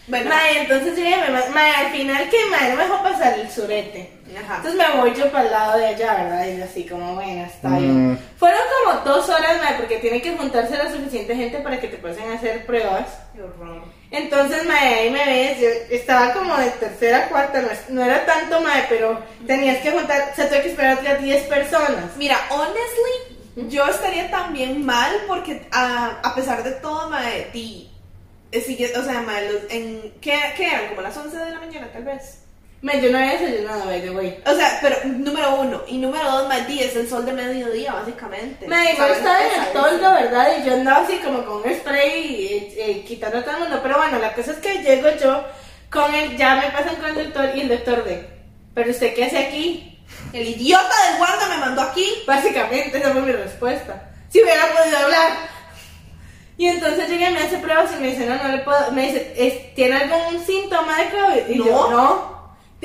Speaker 2: Bueno,
Speaker 4: Mae, entonces yo ya me ma- mae, al final que mae, no me dejó pasar el surete.
Speaker 2: Ajá.
Speaker 4: Ah. Entonces me voy yo para el lado de allá, ¿verdad? Y yo así como, bueno, está bien.
Speaker 3: Mm.
Speaker 4: Fueron como dos horas, mae, porque tiene que juntarse la suficiente gente para que te pasen a hacer pruebas.
Speaker 2: qué horror.
Speaker 4: Entonces, mae, ahí me ves, yo estaba como de tercera, cuarta, no, es- no era tanto, mae, pero tenías que juntar, o sea, tuve que esperar a 10 personas.
Speaker 2: Mira, honestly, yo estaría también mal porque ah, a pesar de todo, mae, di, eh, sigue, o sea, mae, los- en, ¿qué, ¿qué eran? Como las 11 de la mañana, tal vez.
Speaker 4: Mae, yo no había desayunado, by the way.
Speaker 2: O sea, pero número uno. Y número dos, mae, di, es el sol de mediodía, básicamente.
Speaker 4: Me igual
Speaker 2: ¿Sabes?
Speaker 4: estaba en el
Speaker 2: Pesadísimo.
Speaker 4: toldo, ¿verdad? Y yo andaba así como con un spray eh, eh, quitando a todo el mundo. Pero bueno, la cosa es que llego yo con el, ya me pasan con el doctor y el doctor de, pero usted qué hace aquí? *laughs*
Speaker 2: El idiota del guarda me mandó aquí.
Speaker 4: Básicamente esa fue mi respuesta. Si hubiera podido hablar. Y entonces llega y me hace pruebas y me dice, no, no le puedo, me dice, "Es- ¿tiene algún síntoma de COVID? Y yo,
Speaker 2: No.
Speaker 4: no.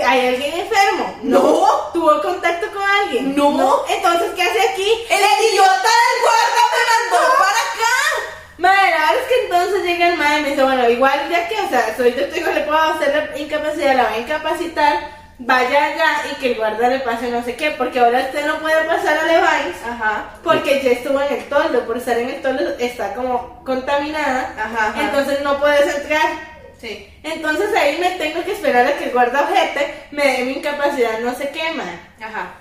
Speaker 4: ¿Hay alguien enfermo?
Speaker 2: No.
Speaker 4: ¿Tuvo contacto con alguien?
Speaker 2: No.
Speaker 4: Entonces, ¿qué hace aquí?
Speaker 2: El idiota del guarda me mandó para acá.
Speaker 4: Madre, la verdad es que entonces llega el madre y me dice, bueno, igual ya que, o sea, soy yo tengo, le puedo hacer la incapacidad, la voy a incapacitar, vaya allá y que el guarda le pase no sé qué, porque ahora usted no puede pasar a Levi's
Speaker 2: Ajá.
Speaker 4: porque ya estuvo en el toldo, por estar en el toldo está como contaminada,
Speaker 2: Ajá, ajá.
Speaker 4: entonces no puedes entrar.
Speaker 2: Sí.
Speaker 4: Entonces ahí me tengo que esperar a que el guarda ojete me dé mi incapacidad no sé qué, madre.
Speaker 2: Ajá.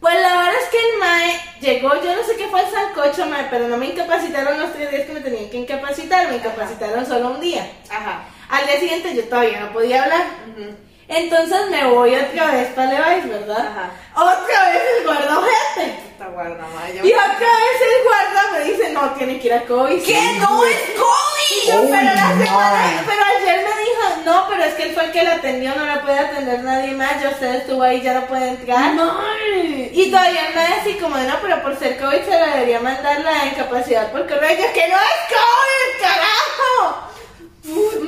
Speaker 4: Pues la verdad es que el mae llegó, yo no sé qué fue el sancocho, mae, pero no me incapacitaron los tres días que me tenían que incapacitar, me incapacitaron solo un día.
Speaker 2: Ajá.
Speaker 4: Al día siguiente yo todavía no podía hablar.
Speaker 2: Ujú.
Speaker 4: Entonces me voy otra vez para Levi's, ¿verdad?
Speaker 2: Ajá.
Speaker 4: Otra vez el guarda ojete.
Speaker 2: Esta guarda, mae, yo-
Speaker 4: Y otra vez el guarda me dice, no, tiene que ir a COVID.
Speaker 2: ¿Qué? ¡No es COVID!
Speaker 3: Oh,
Speaker 4: pero la
Speaker 3: my.
Speaker 4: semana, pero ayer me dijo, no, pero es que él fue el que la atendió, no la puede atender nadie más, ya usted estuvo ahí, ya no puede entrar. Y todavía me así como, no, pero por ser COVID se la debería mandar la incapacidad por correo. Y yo, que no es COVID, carajo.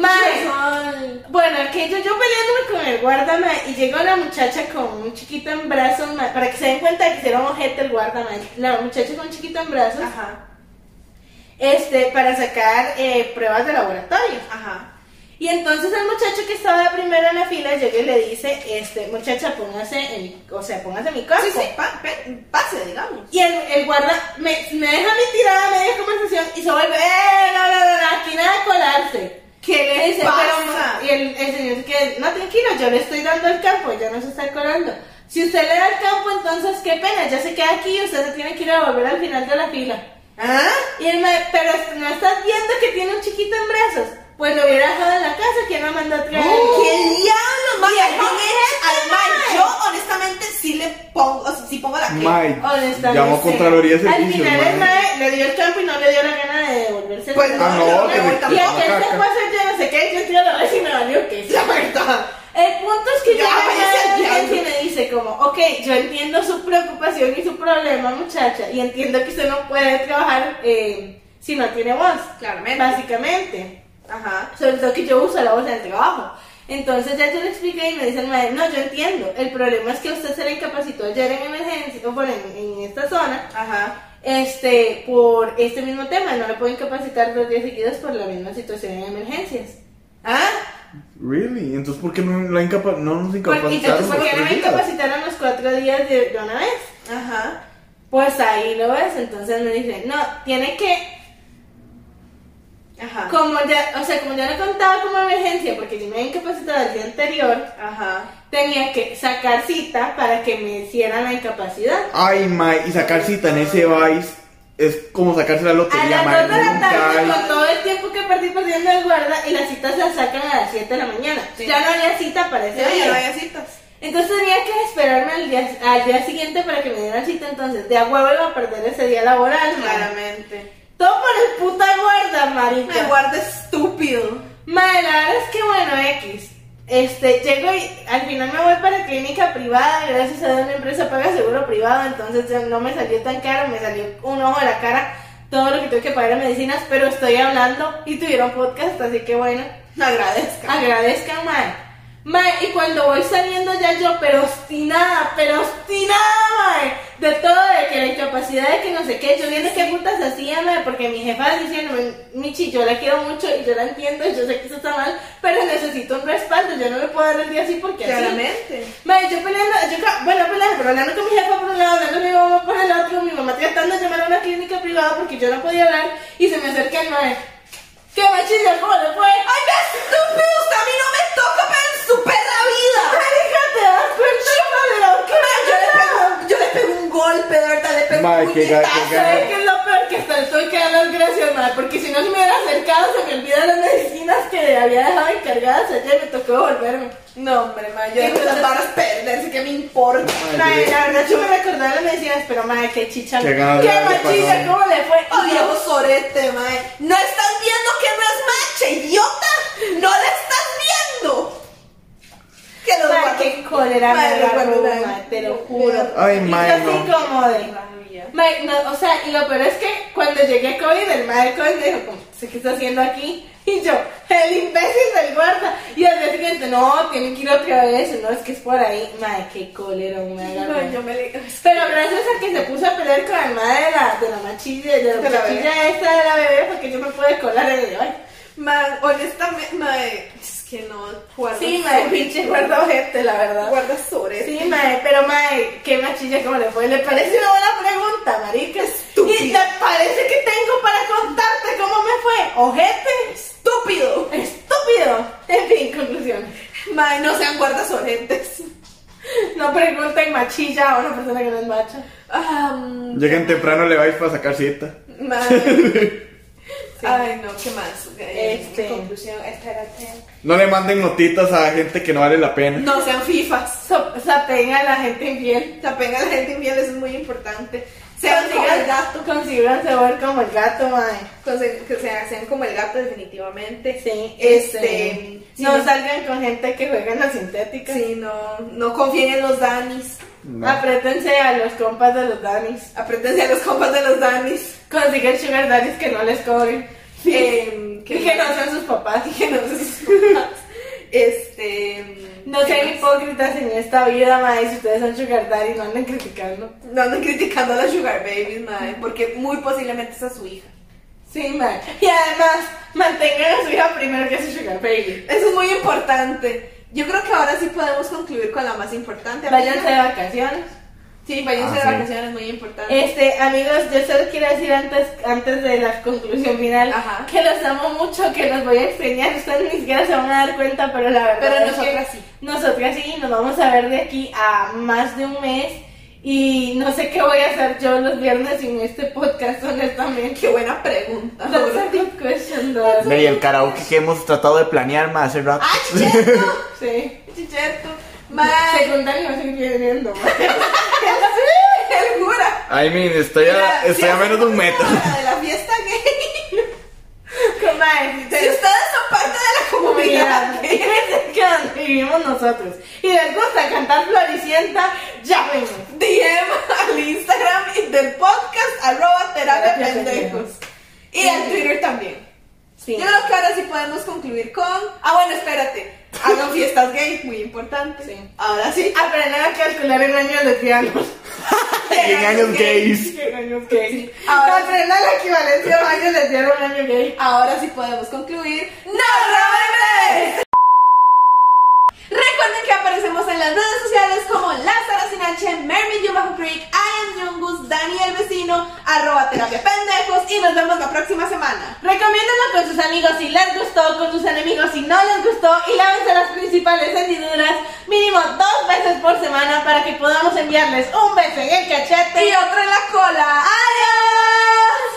Speaker 4: Madre. Bueno, aquello yo peleándome con el guardama y llegó la muchacha con un chiquito en brazos, ma, para que se den cuenta de que era un ojete el guardama. La muchacha con un chiquito en brazos,
Speaker 2: Ajá.
Speaker 4: este, para sacar eh, pruebas de laboratorio.
Speaker 2: Ajá.
Speaker 4: Y entonces el muchacho que estaba de primero en la fila llega y le dice, este, muchacha, póngase en mi, o sea, póngase en mi cuerpo.
Speaker 2: Sí, sí, pa- pe- pase, digamos.
Speaker 4: Y el, el guarda me, me deja mi tirada media conversación y se vuelve, ¡eh! No, no, no, no, aquí nada de colarse.
Speaker 2: ¿Qué
Speaker 4: Le dice, pero
Speaker 2: pasa?
Speaker 4: ma- y el, el señor que, no, tranquilo, yo le estoy dando el campo, ya no se está colando. Si usted le da el campo, entonces qué pena, ya se queda aquí y usted se tiene que ir a volver al final de la fila.
Speaker 2: ¿Ah?
Speaker 4: Y él me, pero no estás viendo que tiene un chiquito en brazos. Pues lo hubiera dejado en la casa, ¿quién lo mandó a traer?
Speaker 2: ¿Qué diablo, mae?
Speaker 4: Y el
Speaker 2: Yo-
Speaker 4: billete,
Speaker 2: Además,
Speaker 4: mae.
Speaker 2: yo honestamente sí le pongo, o sea, sí pongo la que.
Speaker 3: Mae,
Speaker 4: Honestamente.
Speaker 3: llamó a Contraloría de
Speaker 4: Al
Speaker 3: Servicios,
Speaker 4: final
Speaker 3: mae.
Speaker 4: el mae le dio el campo y no le dio la gana de devolverse.
Speaker 2: Pues no,
Speaker 3: Ah, no,
Speaker 2: yo
Speaker 3: que
Speaker 2: me voy
Speaker 3: me-
Speaker 4: Y
Speaker 2: tampoco.
Speaker 4: aquel
Speaker 3: caca.
Speaker 4: se fue a hacer yo no sé qué, yo tiro la vez y me valió que
Speaker 2: *laughs*
Speaker 4: sí.
Speaker 2: La verdad.
Speaker 4: El punto es que yo
Speaker 2: Ya, ya,
Speaker 4: me
Speaker 2: ya.
Speaker 4: veo y me dice como, ok, yo entiendo su preocupación y su problema, muchacha, y entiendo que usted no puede trabajar eh, si no tiene voz.
Speaker 2: Claramente.
Speaker 4: Básicamente.
Speaker 2: Ajá.
Speaker 4: Sobre todo que yo uso la voz en el trabajo. Entonces ya yo le expliqué y me dicen, madre, no, yo entiendo. El problema es que usted se le incapacitó ayer en emergencia, o bueno, en, en esta zona,
Speaker 2: Ajá.
Speaker 4: este, por este mismo tema. No le puedo incapacitar dos días seguidos por la misma situación en emergencias.
Speaker 2: ¿Ah?
Speaker 3: Really? Entonces, ¿por qué no, la incapa- no nos
Speaker 4: Por- Pues, y entonces,
Speaker 3: incapacitaron?
Speaker 4: ¿por
Speaker 3: los
Speaker 4: qué no
Speaker 3: tres
Speaker 4: me
Speaker 3: días?
Speaker 4: incapacitaron los cuatro días de, de una vez?
Speaker 2: Ajá.
Speaker 4: Pues ahí lo ves. Entonces me dicen, no, tiene que
Speaker 2: Ajá.
Speaker 4: Como ya, o sea, como ya no contaba como emergencia, porque yo me había incapacitado el día anterior,
Speaker 2: Ajá.
Speaker 4: tenía que sacar cita para que me hicieran la incapacidad.
Speaker 3: Ay, mae, y sacar cita en ese Vice es como sacarse la
Speaker 4: A
Speaker 3: lotería,
Speaker 4: las
Speaker 3: mae.
Speaker 4: 2 de la tarde,
Speaker 3: Nunca hay-
Speaker 4: con todo el tiempo que perdí perdiendo el guarda, y las citas las sacan a las 7 de la mañana.
Speaker 2: Sí.
Speaker 4: Ya no había cita para ese
Speaker 2: Ya, ya no
Speaker 4: día.
Speaker 2: había citas.
Speaker 4: Entonces tenía que esperarme al día,
Speaker 2: Ah.
Speaker 4: al día siguiente para que me dieran cita. Entonces, de a huevo iba a perder ese día laboral. madre.
Speaker 2: Claramente.
Speaker 4: Todo por el puta guarda, marica.
Speaker 2: Me guarda estúpido.
Speaker 4: Madre, la verdad es que bueno, X. Este, llego y al final me voy para clínica privada, gracias a Dios mi empresa paga seguro privado, entonces ya no me salió tan caro, me salió un ojo de la cara todo lo que tuve que pagar en medicinas, pero estoy hablando y tuvieron podcast, así que bueno,
Speaker 2: Me agradezca.
Speaker 4: agradezcan, madre. Mae, y cuando voy saliendo ya yo, pero obstinada, pero obstinada, mae, de todo, de que la incapacidad, de que no sé qué, yo viendo qué putas hacía, mae, porque mi jefa diciéndome, Michi, yo la quiero mucho y yo la entiendo, y yo sé que eso está mal, pero necesito un respaldo, yo no me puedo dar el día así porque así.
Speaker 2: Claramente.
Speaker 4: Mae, yo peleando, yo, ca- bueno, peleando, pero hablando con mi jefa por un lado, hablando con mi mamá por el otro, mi mamá tratando de llamar a una clínica privada porque yo no podía hablar, y se me acerca el mae. ¿Qué machilla? ¿Cómo le fue?
Speaker 2: ¡Ay, me estúpido! Usted a mí no me toca, pero en su perra vida.
Speaker 4: Marica, ¿te das cuenta de lo que
Speaker 2: Yo le pego, Ah, yo le pego un golpe, de verdad, le pego
Speaker 3: Madre,
Speaker 2: un
Speaker 3: qué ga- qué
Speaker 2: puñetazo.
Speaker 3: ga-
Speaker 4: ¿Sabes qué es lo peor? Que hasta le tuve que dar las gracias, madre, porque si no se me hubiera acercado, se me olvidan las medicinas que había dejado encargadas ayer, me tocó volverme.
Speaker 2: No, hombre, ma, yo dejo las barras perderse, ¿qué me importa?
Speaker 4: Madre, la verdad yo me recordaba las medicinas, pero madre, qué chicha.
Speaker 3: Qué ganas de darle
Speaker 4: machilla,
Speaker 3: palabra.
Speaker 4: ¿cómo le fue?
Speaker 2: ¡Oh, viejo sorete, mae! ¡No estás viendo que no es macha, idiota! ¡No la estás viendo! Que
Speaker 3: pues,
Speaker 2: los
Speaker 4: Madre,
Speaker 2: guardos-
Speaker 4: qué cólera me
Speaker 2: Madre, los
Speaker 4: agarró,
Speaker 2: guardos-
Speaker 4: madre, te lo juro.
Speaker 3: Ay,
Speaker 4: Y yo
Speaker 3: madre,
Speaker 4: así
Speaker 3: no.
Speaker 4: como de... Mae, no, o sea, y lo peor es que cuando llegué a COVID, el madre COVID me dijo, como, sé qué está haciendo aquí. *laughs* Y yo, el imbécil del guarda. Y al día siguiente, no, tienen que ir otra vez. No, es que es por ahí. Madre, qué cólera, me agarró.
Speaker 2: Ay, yo me le-
Speaker 4: Pero gracias a que se puso a pelear con el madre de la, de la machilla, de la,
Speaker 2: De la
Speaker 4: machilla esta de la bebé, porque yo me pude colar en el hoy.
Speaker 2: Man, honestamente, mae, es que no guarda.
Speaker 4: Sí, madre, pinche guarda gente, la verdad.
Speaker 2: Guarda sobre.
Speaker 4: Sí, mae, pero mae, qué machilla como le fue. Le parece una buena pregunta, marica. Y te parece que tengo para contarte cómo me fue. Ojete,
Speaker 2: estúpido.
Speaker 4: estúpido. En fin, conclusión.
Speaker 2: Mae, no sean guardas oretes.
Speaker 4: No pregunten machilla a una persona que no es macha.
Speaker 2: Am,
Speaker 3: Lleguen temprano, le vais para sacar cita.
Speaker 4: *laughs*
Speaker 2: mae. Ay, no, ¿qué más? Eh,
Speaker 4: Este.
Speaker 2: Conclusión, espérate.
Speaker 3: No le manden notitas a gente que no vale la pena.
Speaker 2: No sean fifas.
Speaker 4: So, sapeen a la gente infiel.
Speaker 2: Tapen a la gente infiel, eso es muy importante. Sean como el gato.
Speaker 4: Consíganse consíganse ver como el gato, mae.
Speaker 2: Conse- Que sean, sean como el gato, definitivamente.
Speaker 4: Sí,
Speaker 2: este. sí,
Speaker 4: no
Speaker 2: no,
Speaker 4: salgan con gente que juega en la sintética.
Speaker 2: sí, no, no confíen en los danis.
Speaker 3: No.
Speaker 4: Apriétense a los compas de los danis.
Speaker 2: Apréndense a los compas de los danis.
Speaker 4: Consigan sugar daddies que no les cobren.
Speaker 2: Em,
Speaker 4: Y *laughs* que no sean sus papás. *laughs*
Speaker 2: que no *laughs* se suban. Este.
Speaker 4: No sean hipócritas en esta vida, mae. Si ustedes son sugar daddy, no anden criticando.
Speaker 2: No anden criticando a las Sugar Babies, madre, porque muy posiblemente es a su hija.
Speaker 4: Sí, mae. Y además, mantengan a su hija primero que a su sugar baby.
Speaker 2: Eso es muy importante. Yo creo que ahora sí podemos concluir con la más importante.
Speaker 4: Váyanse de vacaciones.
Speaker 2: Sí, váyanse de
Speaker 3: Ah, sí.
Speaker 2: vacaciones, muy importante.
Speaker 4: Este, amigos, yo solo quiero decir antes, antes de la conclusión final
Speaker 2: Ajá.
Speaker 4: que los amo mucho, que los voy a extrañar. Ustedes ni siquiera se van a dar cuenta, pero la verdad.
Speaker 2: Pero
Speaker 4: es
Speaker 2: nosotras
Speaker 4: que
Speaker 2: sí.
Speaker 4: Nosotras sí, nos vamos a ver de aquí a más de un mes. Y no sé qué voy a hacer yo los viernes sin este podcast, honestamente.
Speaker 2: Qué buena pregunta.
Speaker 4: *laughs* That's a good question, though.
Speaker 3: Ve, y el karaoke que hemos tratado de planear más hace rato.
Speaker 2: ¡Ah, chicheto!
Speaker 4: Sí.
Speaker 2: ¡Chicheto! ¡Mae!
Speaker 4: Secundaria no estoy
Speaker 2: *laughs*
Speaker 4: viviendo,
Speaker 2: ¡El jura!
Speaker 3: *laughs* I mean, estoy a, estoy a menos de un
Speaker 4: *laughs*
Speaker 3: metro.
Speaker 2: De la fiesta gay.
Speaker 4: Comadre,
Speaker 2: Si ustedes son parte de la comunidad *laughs*
Speaker 4: *laughs* Mira,
Speaker 2: gay.
Speaker 4: que donde vivimos nosotros y les gusta cantar Floricienta, llámenme.
Speaker 2: DM al Instagram y del podcast arroba terapia pendejos. Y al Twitter también.
Speaker 4: Sí.
Speaker 2: Yo creo que ahora sí podemos concluir con. Ah, bueno, espérate. Hagan fiestas gay, muy importante. Ah,
Speaker 4: Sí.
Speaker 2: Ahora sí.
Speaker 4: Aprender a calcular en años *laughs* lesbianos.
Speaker 3: Y en años gays.
Speaker 4: En años gay.
Speaker 2: Ahora-
Speaker 4: Aprender la equivalencia de un año lesbiano a un año gay.
Speaker 2: Ahora sí podemos concluir. ¡No bebés! Recuerden que aparecemos en las redes sociales como Lázaro Sin H, Mermaid Yo Bajo Creek, I Am Jungus, Dani el Vecino, arroba terapia pendejos y nos vemos la próxima semana.
Speaker 4: Recomiéndenlo con sus amigos si les gustó, con sus enemigos si no les gustó y lávense las principales hendiduras mínimo dos veces por semana para que podamos enviarles un beso en el cachete
Speaker 2: Y otro en la cola. ¡Adiós!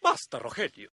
Speaker 1: Basta, Rogelio.